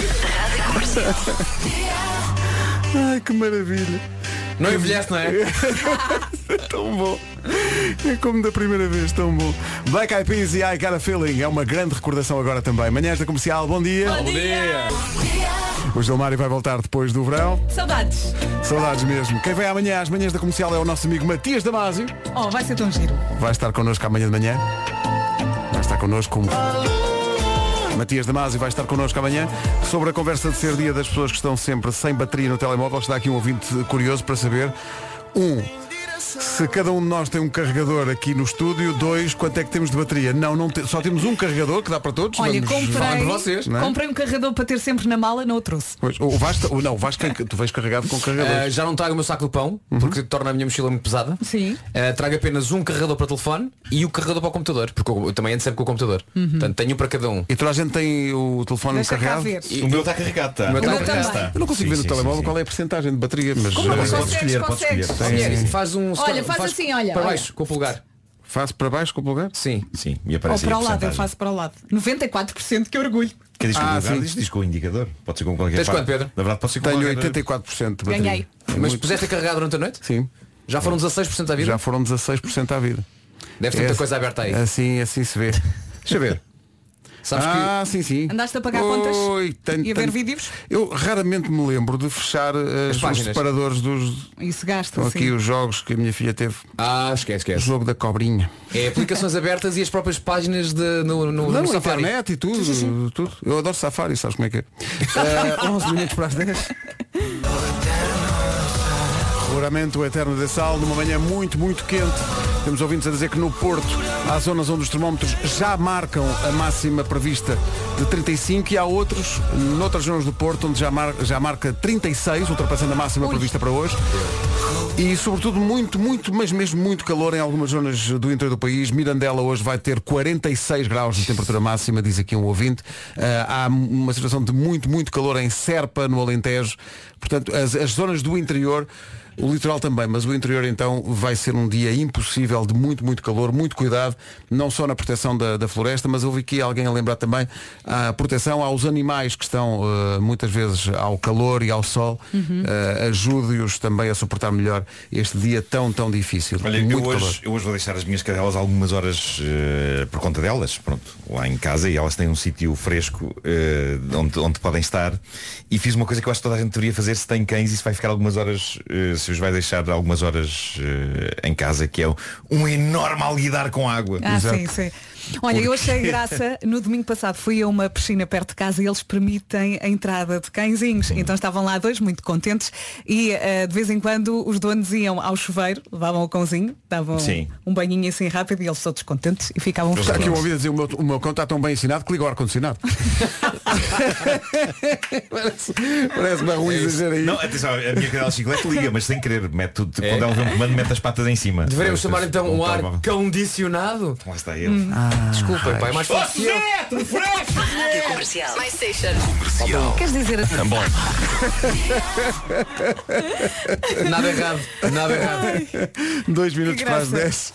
B: Ai, que maravilha.
E: Não envelhece, não é?
B: tão bom. É como da primeira vez, tão bom. Black Eyed Peas e I Got a Feeling é uma grande recordação agora também. Manhãs da Comercial, bom dia.
M: Bom dia.
B: O Gilmário vai voltar depois do verão.
D: Saudades.
B: Saudades mesmo. Quem vem amanhã às manhãs da comercial é o nosso amigo Matias Damasio.
D: Oh, vai ser tão giro.
B: Vai estar connosco amanhã de manhã. Vai estar connosco como. Matias Damasio vai estar connosco amanhã sobre a conversa de ser dia das pessoas que estão sempre sem bateria no telemóvel. Está aqui um ouvinte curioso para saber. Um, se cada um de nós tem um carregador aqui no estúdio. Dois, quanto é que temos de bateria? Não, não te- só temos um carregador que dá para todos.
D: Olha,
B: Vamos-
D: comprei,
B: Não é?
D: comprei um carregador para ter sempre na mala, não o trouxe.
B: Pois, o Vasco, o- não, o Vasco, tem que- tu vens carregado com carregadores.
E: Eh, já não trago o meu saco de pão, porque torna a minha mochila muito pesada.
D: Sim.
E: Eh, trago apenas um carregador para o telefone e o carregador para o computador, porque eu, eu também ando sempre com o computador.
B: Uhum.
E: Portanto, tenho um para cada um.
B: E toda a gente tem o telefone
E: Deixa cá
B: carregado?
E: ver. O meu está carregado,
I: tá?
E: está.
B: O meu
E: O meu
B: está carregado.
E: também.
B: Eu não consigo
E: Sim,
B: ver no
E: sim,
B: telemóvel
E: sim, eh,
B: qual é a porcentagem de bateria, mas
D: é
E: Como é não
B: mas
E: consegues,
I: consegues.
E: Sim,
B: Sim, sim.
E: Faz um
D: Olha, faz assim, olha,
E: Para
D: olha.
E: baixo, com o polegar.
B: Faço para baixo com o polegar?
E: Sim.
I: Sim, e
D: Ou
I: aparece aí
D: para
I: a
D: o lado, eu
I: porcentagem.
D: faço para o lado. 94% que orgulho.
I: Quer dizer,
B: Ah,
I: ah,
B: sim.
I: diz, diz com o indicador. Pode ser com qualquer
E: Tens
I: parte.
E: quanto, Pedro?
I: Na verdade, pode ser com
B: Tenho
I: qualquer
B: 84% de bateria.
D: Ganhei.
E: Mas puseste a carregar durante a noite?
B: É Sim.
E: Já foram 16% à vida?
B: Já foram 16% à vida.
E: Deve ter muita coisa aberta aí.
B: Assim, assim se vê. Deixa eu ver.
E: Sabes
B: ah, sim, sim.
D: Andaste a pagar contas
B: Oi,
D: e a ver vídeos?
B: Eu raramente me lembro de fechar eh,
E: As
B: os
E: páginas.
B: separadores dos.
D: Isso gasta,
B: Estão
D: sim.
B: aqui os jogos que a minha filha teve.
E: Ah, esquece,
B: O
E: esquece.
B: jogo da cobrinha.
E: É aplicações abertas e as próprias páginas de, no, no,
B: Não,
E: no
B: a
E: Safari.
B: internet e tudo, tudo. Eu adoro Safari, sabes como é que é? Eh, 11 minutos para as 10. Roramento eterno de sal, numa manhã muito, muito quente. Temos ouvintes a dizer que no Porto há zonas onde os termómetros já marcam a máxima prevista de 35 e há outros, noutras zonas do Porto, onde já, mar- já marca 36, ultrapassando a máxima prevista para hoje. E sobretudo muito, muito, mas mesmo muito calor em algumas zonas do interior do país. Mirandela hoje vai ter 46 graus de temperatura máxima, diz aqui um ouvinte. Ah, há uma situação de muito, muito calor em Serpa, no Alentejo. Portanto, as, as zonas do interior, o litoral também, mas o interior então vai ser um dia impossível de muito, muito calor, muito cuidado, não só na proteção da, da floresta, mas houve aqui alguém a lembrar também a proteção aos animais que estão eh, muitas vezes ao calor e ao sol. Eh, Ajude-os também a suportar melhor este dia tão, tão difícil.
I: Olha,
B: muito
I: eu
B: calor.
I: hoje, eu hoje vou deixar as minhas cadelas algumas horas eh, por conta delas, pronto, lá em casa e elas têm um sítio fresco eh, onde, onde podem estar e fiz uma coisa que eu acho que toda a gente deveria fazer se tem cães e se vai ficar algumas horas, eh, se os vai deixar algumas horas eh, em casa, que é um enorme alguidar com água.
D: Ah, sim, sim. Olha, eu achei
I: Porque-
D: graça, no domingo passado fui a uma piscina perto de casa e eles permitem a entrada de cãezinhos.
I: Uhum.
D: Então estavam lá dois muito contentes e eh, de vez em quando os donos iam ao chuveiro, levavam o cãozinho, davam
B: Sim.
D: um banhinho assim rápido e eles todos contentes e ficavam
B: Está aqui um
D: fechados.
B: ouvido a dizer o meu, o meu cão está tão bem ensinado que liga o ar-condicionado. parece parece bem um
I: É isso.
B: exagero aí.
I: Não, atenção, a minha cadela chiclete liga, mas sem querer, mete tudo, quando ela vê um comando, mete as patas em cima.
E: Deveremos
I: Depois,
E: chamar então
I: um
E: um ar
I: telemóvel.
E: condicionado?
I: Lá está
D: Hum.
I: ele.
E: Desculpem, pai, mais fácil.
G: Rádio Comercial. PlayStation.
D: Queres dizer assim?
E: Nada errado, nada errado.
B: Dois minutos para as
E: graça.
B: 10.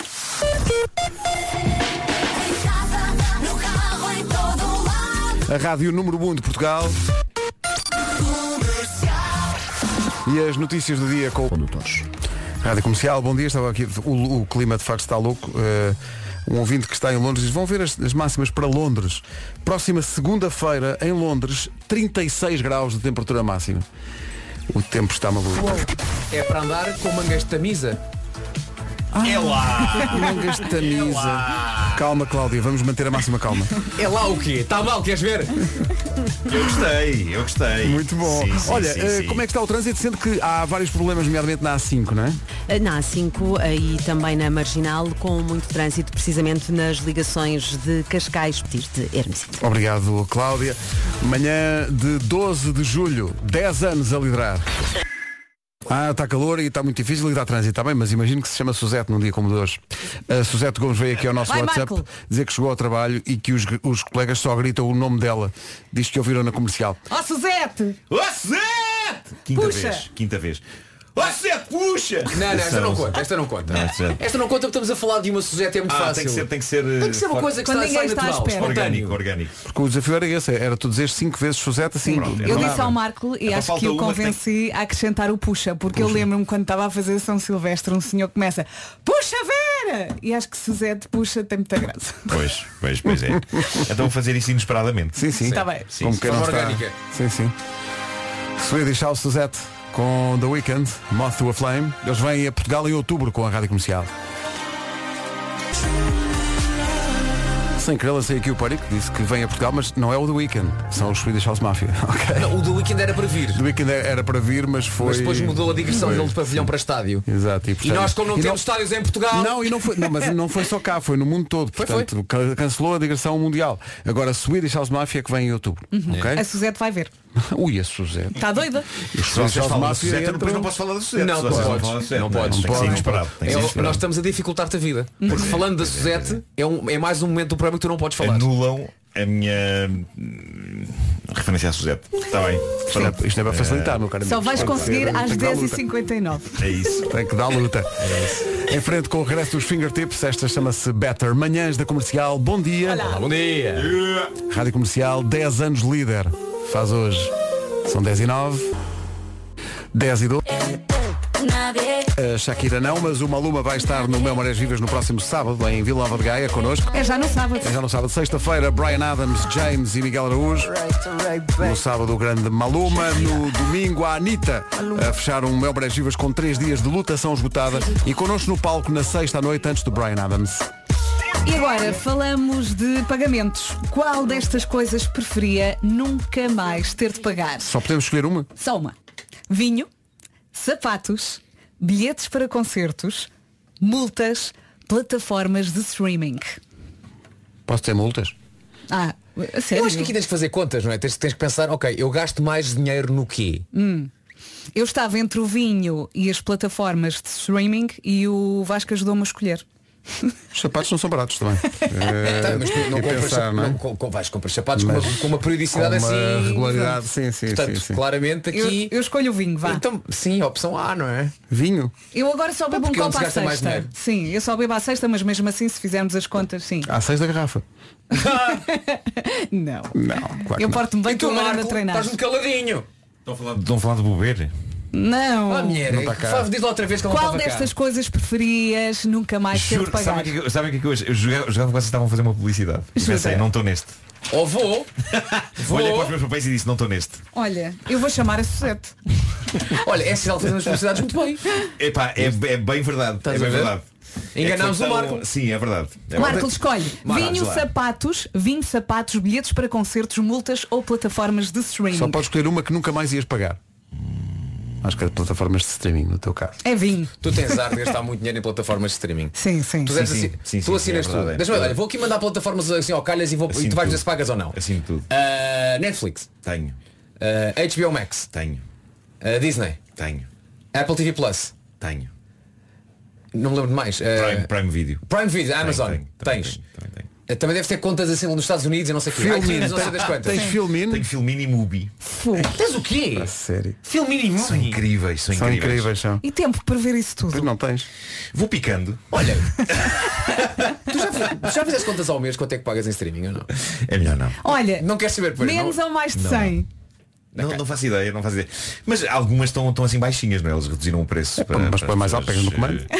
B: A rádio número 1 de Portugal. E as notícias do dia com condutores. Rádio Comercial, bom dia. Estava aqui. O, o clima de facto está louco. Eh, um ouvinte que está em Londres diz, vão ver as, as máximas para Londres. Próxima segunda-feira, em Londres, 36 graus de temperatura máxima. O tempo está maluco.
E: É para andar com mangas de camisa.
I: é lá!
B: Mangas de camisa. Calma, Cláudia, vamos manter a máxima calma.
E: É lá o quê? Está mal, queres ver?
I: Eu gostei, eu gostei.
B: Muito bom.
I: Sim, sim,
B: Olha,
I: sim,
B: eh,
I: sim.
B: como é que está o trânsito? Sendo que há vários problemas, nomeadamente na A5, não é?
A: Na A5 eh, e também na Marginal, com muito trânsito, precisamente nas ligações de Cascais, Petir de Hermesito.
B: Obrigado, Cláudia. Manhã de 12 de julho, 10 anos a liderar. Ah, está calor e está muito difícil lidar trânsito, está bem, mas imagino que se chama Suzete num dia como de hoje. A Suzete Gomes veio aqui ao nosso
D: Vai,
B: WhatsApp
D: Marco.
B: dizer que chegou ao trabalho e que os, os colegas só gritam o nome dela. Diz que ouviram na comercial.
D: Ó Suzete!
I: Ó Suzete! Quinta
D: Puxa!
I: vez, quinta vez. Ó Suzete, puxa!
E: Não, não, esta não conta, esta não conta.
I: é Não, esta-
E: Esta não conta porque estamos a falar de uma sujeita, é muito
I: Ah,
E: fácil.
I: tem que ser, tem que ser. eh,
E: Tem que ser uma
I: for-
E: coisa que
D: Quando
E: está,
D: ninguém
E: sai
D: está à
E: natural,
D: espera.
E: espontâneo.
I: orgânico, orgânico.
B: Porque o desafio era esse, era tu dizer cinco vezes Suzete assim.
D: Sim,
B: Pronto,
D: eu
B: não
D: disse
B: dá.
D: ao Marco
I: É
D: e
I: para
D: acho
I: falta
D: que o
I: uma que tem-
D: convenci a acrescentar o puxa, porque eu lembro-me quando estava a fazer São Silvestre, um senhor começa, puxa Vera! E acho que Suzete puxa tem muita graça.
I: Pois, pois, pois é. Então vou fazer isso inesperadamente.
B: Sim, sim.
D: Está bem.
I: Sim,
B: Como
I: sim.
B: quem não
E: Forma
B: está.
E: orgânica.
B: Sim, sim. Swedish House Suzette com The Weeknd, Moth to a Flame. Eles vêm a Portugal em outubro com a rádio comercial. Sem querer lancei aqui o Pânico, disse que vem a Portugal, mas não é o The Weeknd, são os Swedish House Mafia. Ok.
E: Não, o do weekend era para vir.
B: The Weeknd é- era para vir, mas foi.
E: Mas depois mudou a digressão dele de pavilhão para estádio.
B: Exato.
E: E
B: portanto-
E: nós, como não
B: E
E: temos estádios em Portugal,
B: Não, e não foi, não, mas não foi só cá, foi no mundo todo.
E: Foi,
B: Portanto, can- cancelou a digressão mundial. Agora Swedish House Mafia é que vem em outubro.
E: Uhum.
B: ok?
E: É
D: A Suzete vai ver.
B: Ui, a Suzette.
D: Está doida?
B: Os
I: Se vocês
B: Suzette
I: falam da
B: Mafia
I: Suzete, eu
B: entram-
I: depois não posso falar da Suzete.
E: Não
I: Se vocês
E: podes,
I: falam da Suzete,
E: não podes,
I: Tem que ser
B: não
I: inesperado. tem que
E: É,
I: ser
E: o-
I: inesperado.
E: nós estamos a dificultar-te a vida. Porque falando da Suzete, é, um- é mais um momento do programa que tu não podes falar.
I: Anulam a minha hum, referência à Suzete. Está bem.
B: Isto é- Isto é para facilitar, meu caro
D: Só
B: amigo.
D: vais
B: Tem que
D: conseguir
B: ter-
D: às É
B: tem que dar luta.
D: 10h59.
I: É isso.
B: Tem que dar luta. Em frente com o regresso dos fingertips, esta chama-se Better. Manhãs da Comercial, bom dia.
E: Ah, bom dia!
B: Rádio Comercial, 10 anos líder. Faz hoje. São 10 e 9. 10 e 12. A Shakira não, mas o Maluma vai estar no Meu Marés Vivas no próximo sábado em Vila Nova de Gaia connosco.
D: É já no sábado.
B: É já no sábado, sexta-feira, Brian Adams, James e Miguel Araújo. No sábado, o grande Maluma. No domingo, a Anitta a fechar um Mel Marés Vivas com três dias de lutação esgotada. E connosco no palco na sexta à noite, antes do Brian Adams.
D: E agora falamos de pagamentos. Qual destas coisas preferia nunca mais ter de pagar?
B: Só podemos escolher uma?
D: Só uma. Vinho, sapatos, bilhetes para concertos, multas, plataformas de streaming.
B: Posso ter multas?
D: Ah, a sério?
E: Eu acho que aqui tens que fazer contas, não é? Tens, tens que pensar, ok, eu gasto mais dinheiro no quê?
D: Hum. Eu estava entre o vinho e as plataformas de streaming e o Vasco ajudou-me a escolher.
B: Os sapatos não são baratos também. Eh,
E: Tá, mas tu não
B: e
E: compras
B: pensar,
E: sap-
B: não é?
E: não co- co- vais comprar sapatos com
B: Mas
E: uma, com uma periodicidade
B: com uma
E: assim.
B: regularidade,
E: pronto.
B: sim, sim,
E: Portanto,
B: sim, sim.
E: claramente aqui.
D: Eu, eu escolho o vinho, vá.
E: Então, sim, a opção A, não é?
B: Vinho.
D: Eu agora só bebo um
E: porque onde
D: copo
E: se
D: à
E: gasta mais
D: sexta.
E: dinheiro?
D: Sim, eu só bebo à sexta, mas mesmo assim, se fizermos as contas, sim.
B: Há seis da garrafa.
D: Não.
B: Não, claro que
D: eu
B: não.
D: porto-me bem estou agora a treinar.
E: caladinho.
I: Estão a falar de, estão a falar de bober?
D: Hum, Não.
E: Ah, mulher,
I: Não tá cá.
E: faz- diz lá outra vez que ela não
D: Qual
E: estava cá.
D: destas coisas preferias nunca mais ter de
I: Juro,
D: pagar?
I: sabem o que, é que- sabem o que é que eu, eu jogava, eu jogava que vocês estavam a fazer uma publicidade. E
D: Jura?
I: pensei, não estou neste.
E: Ou vou.
I: Olhei para os meus papéis e disse, não estou neste.
D: Olha, eu vou chamar a Suzete.
E: Olha, é sinal de fazer umas publicidades muito bem.
I: Epá, é, é bem verdade.
E: Estás
I: é
E: a
I: bem
E: ver?
I: verdade.
E: Enganámos
I: É que foi
E: o
I: tão-
E: Marco.
I: Sim, é verdade. É
D: Marco,
I: verdade.
D: escolhe
I: Marco,
D: vinho,
I: lá.
D: sapatos, vinho, sapatos, bilhetes para concertos, multas ou plataformas de streaming.
B: Só podes escolher uma que nunca mais ias pagar. Acho que era plataformas de streaming, no teu caso.
D: É vinho.
E: Tu tens ar de gastar muito dinheiro em plataformas de streaming.
D: Sim, sim.
E: Tu,
D: Sim,
E: assim, deves
D: sim.
E: assi-
I: Sim,
E: tu
I: sim,
E: assinas
I: é verdade,
E: tudo.
I: é
E: Deixa-me,
I: verdade.
E: olha, vou aqui mandar plataformas assim ao calhas e, vou, e
I: Assino
E: tu vais ver
I: tudo.
E: se pagas ou não.
I: Assim tudo.
E: Ah, Netflix.
I: Tenho.
E: Ah, HBO Max.
I: Tenho.
E: Ah, Disney.
I: Tenho.
E: Apple TV Plus.
I: Tenho.
E: Não me lembro de mais. Ah,
I: Prime, Prime Video.
E: Prime Video, Amazon.
I: tenho,
E: Tens. Ah, Também deves ter contas assim nos Estados Unidos e não sei o quê.
B: Filmin.
E: iTunes, não sei das quantas.
B: Tens Filmin?
I: Tenho Filmin e Mubi.
E: Tens o quê?
B: A sério.
E: Filmin e
I: São
E: movie.
I: incríveis, são,
B: São
I: incríveis.
B: incríveis, são.
D: E tempo para ver isso tudo.
B: Pois não tens.
I: Vou picando.
E: Olha. tu já, fiz- já fizeste contas ao mês quanto é que pagas em streaming ou não?
I: É melhor não.
D: Olha,
E: Não queres saber pois
D: menos
E: não?
D: ou mais de
I: não.
D: 100?
I: Não, não faço ideia, não faço ideia. Mas algumas estão, estão assim baixinhas, não é? Eles reduziram o preço.
B: mas põe
I: as
B: mais alto,
I: pessoas,
B: pega no comando.
I: eh,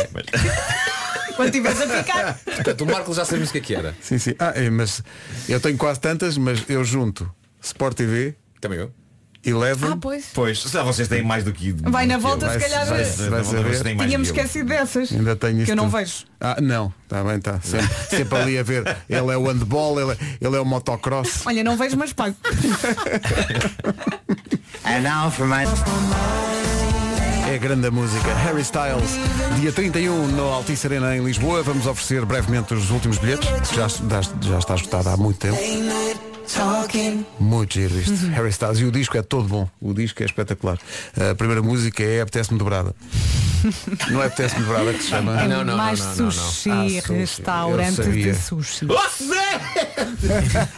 I: é, mas-
D: Quando tiveres a ficar.
E: Portanto, o Marco já sabemos o que é que era.
B: Sim, sim. Ah, é, mas eu tenho quase tantas, mas eu junto Sport TV,
E: Também eu.
B: Eleven.
D: Ah, pois.
I: Pois, se lá vocês têm mais do que.
D: Vai na volta, se calhar. eh,
B: vai-
I: Vocês-
B: Vais
I: vocês
B: a ver.
I: têm mais
D: Tínhamos
I: do que eu.
D: esquecido dessas.
B: Ainda tenho isto
D: Que eu não
B: tudo.
D: vejo.
B: Ah, não, está bem, está. Sempre, sempre ali a ver. Ele é o handball, ele é, ele é o motocross.
D: Olha, não vejo, mas pago.
B: É grande a música. Harry Styles, dia 31 no Altice Arena em Lisboa. Vamos oferecer brevemente os últimos bilhetes. que Já, já, já está esgotado há muito tempo. Muito giro
D: Uhum.
B: isto. Harry Styles. E o disco é todo bom. O disco é espetacular. A primeira música é Apetece-me Dobrada. Não é Apetece-me Dobrada que se
D: Ah,
B: chama.
E: não, não, não,
D: é mais
E: não, não, não.
D: sushi,
B: Ah, sushi.
D: restaurante
B: Eu sabia.
D: de sushi.
I: Oh,
E: Tá
I: Zé!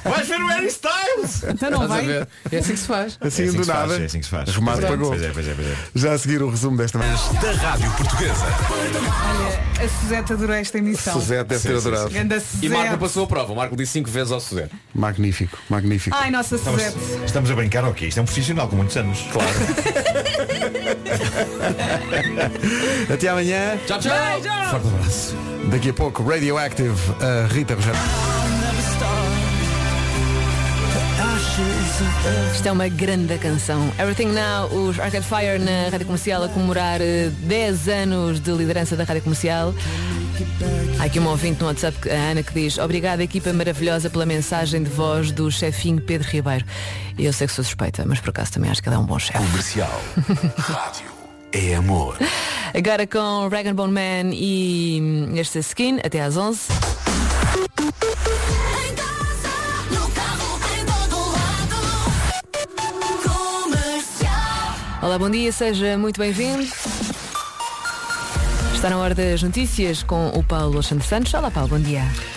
I: Vais ver o Harry Styles!
D: Então não
E: Estás a
D: vai?
E: ver? É assim que se
B: Assim
E: faz.
I: É assim que
B: do
I: se faz,
B: nada.
I: é assim que se faz.
B: Arrumado
I: Pois é,
B: pagou.
I: Pois é, pois é, pois é.
B: Já a seguir o resumo desta manhã.
L: Da Rádio Portuguesa.
D: Olha, a Suzete adorou esta emissão.
B: Suzé deve
I: Sim,
B: ter
I: sim, sim.
B: adorado.
D: Ganda
E: E Marco
D: Suzete.
E: passou a prova. O Marco disse 5 vezes ao Suzé.
B: Magnífico, magnífico.
D: Ai, nossa Suzete.
I: Estamos, estamos a brincar, ok. Isto é um profissional com muitos anos. Claro.
B: Até amanhã.
E: Tchau, tchau.
I: Forte abraço.
B: Daqui a pouco, Radioactive, a Rita Rogério.
N: Isto é uma grande canção. Everything Now, os Arcade Fire na Rádio Comercial a comemorar eh, 10 anos de liderança da Rádio Comercial. Há aqui um ouvinte no WhatsApp, a Ana, que diz Obrigada, equipa maravilhosa, pela mensagem de voz do chefinho Pedro Ribeiro. Eu sei que sou suspeita, mas por acaso também acho que ele é um bom chefe.
J: Comercial. Rádio é amor.
N: Agora com Rag Bone Man e hum, este skin, até às 11. Olá, bom dia, seja muito bem-vindo. Está na hora das notícias com o Paulo Alexandre Santos. Olá, Paulo, bom dia.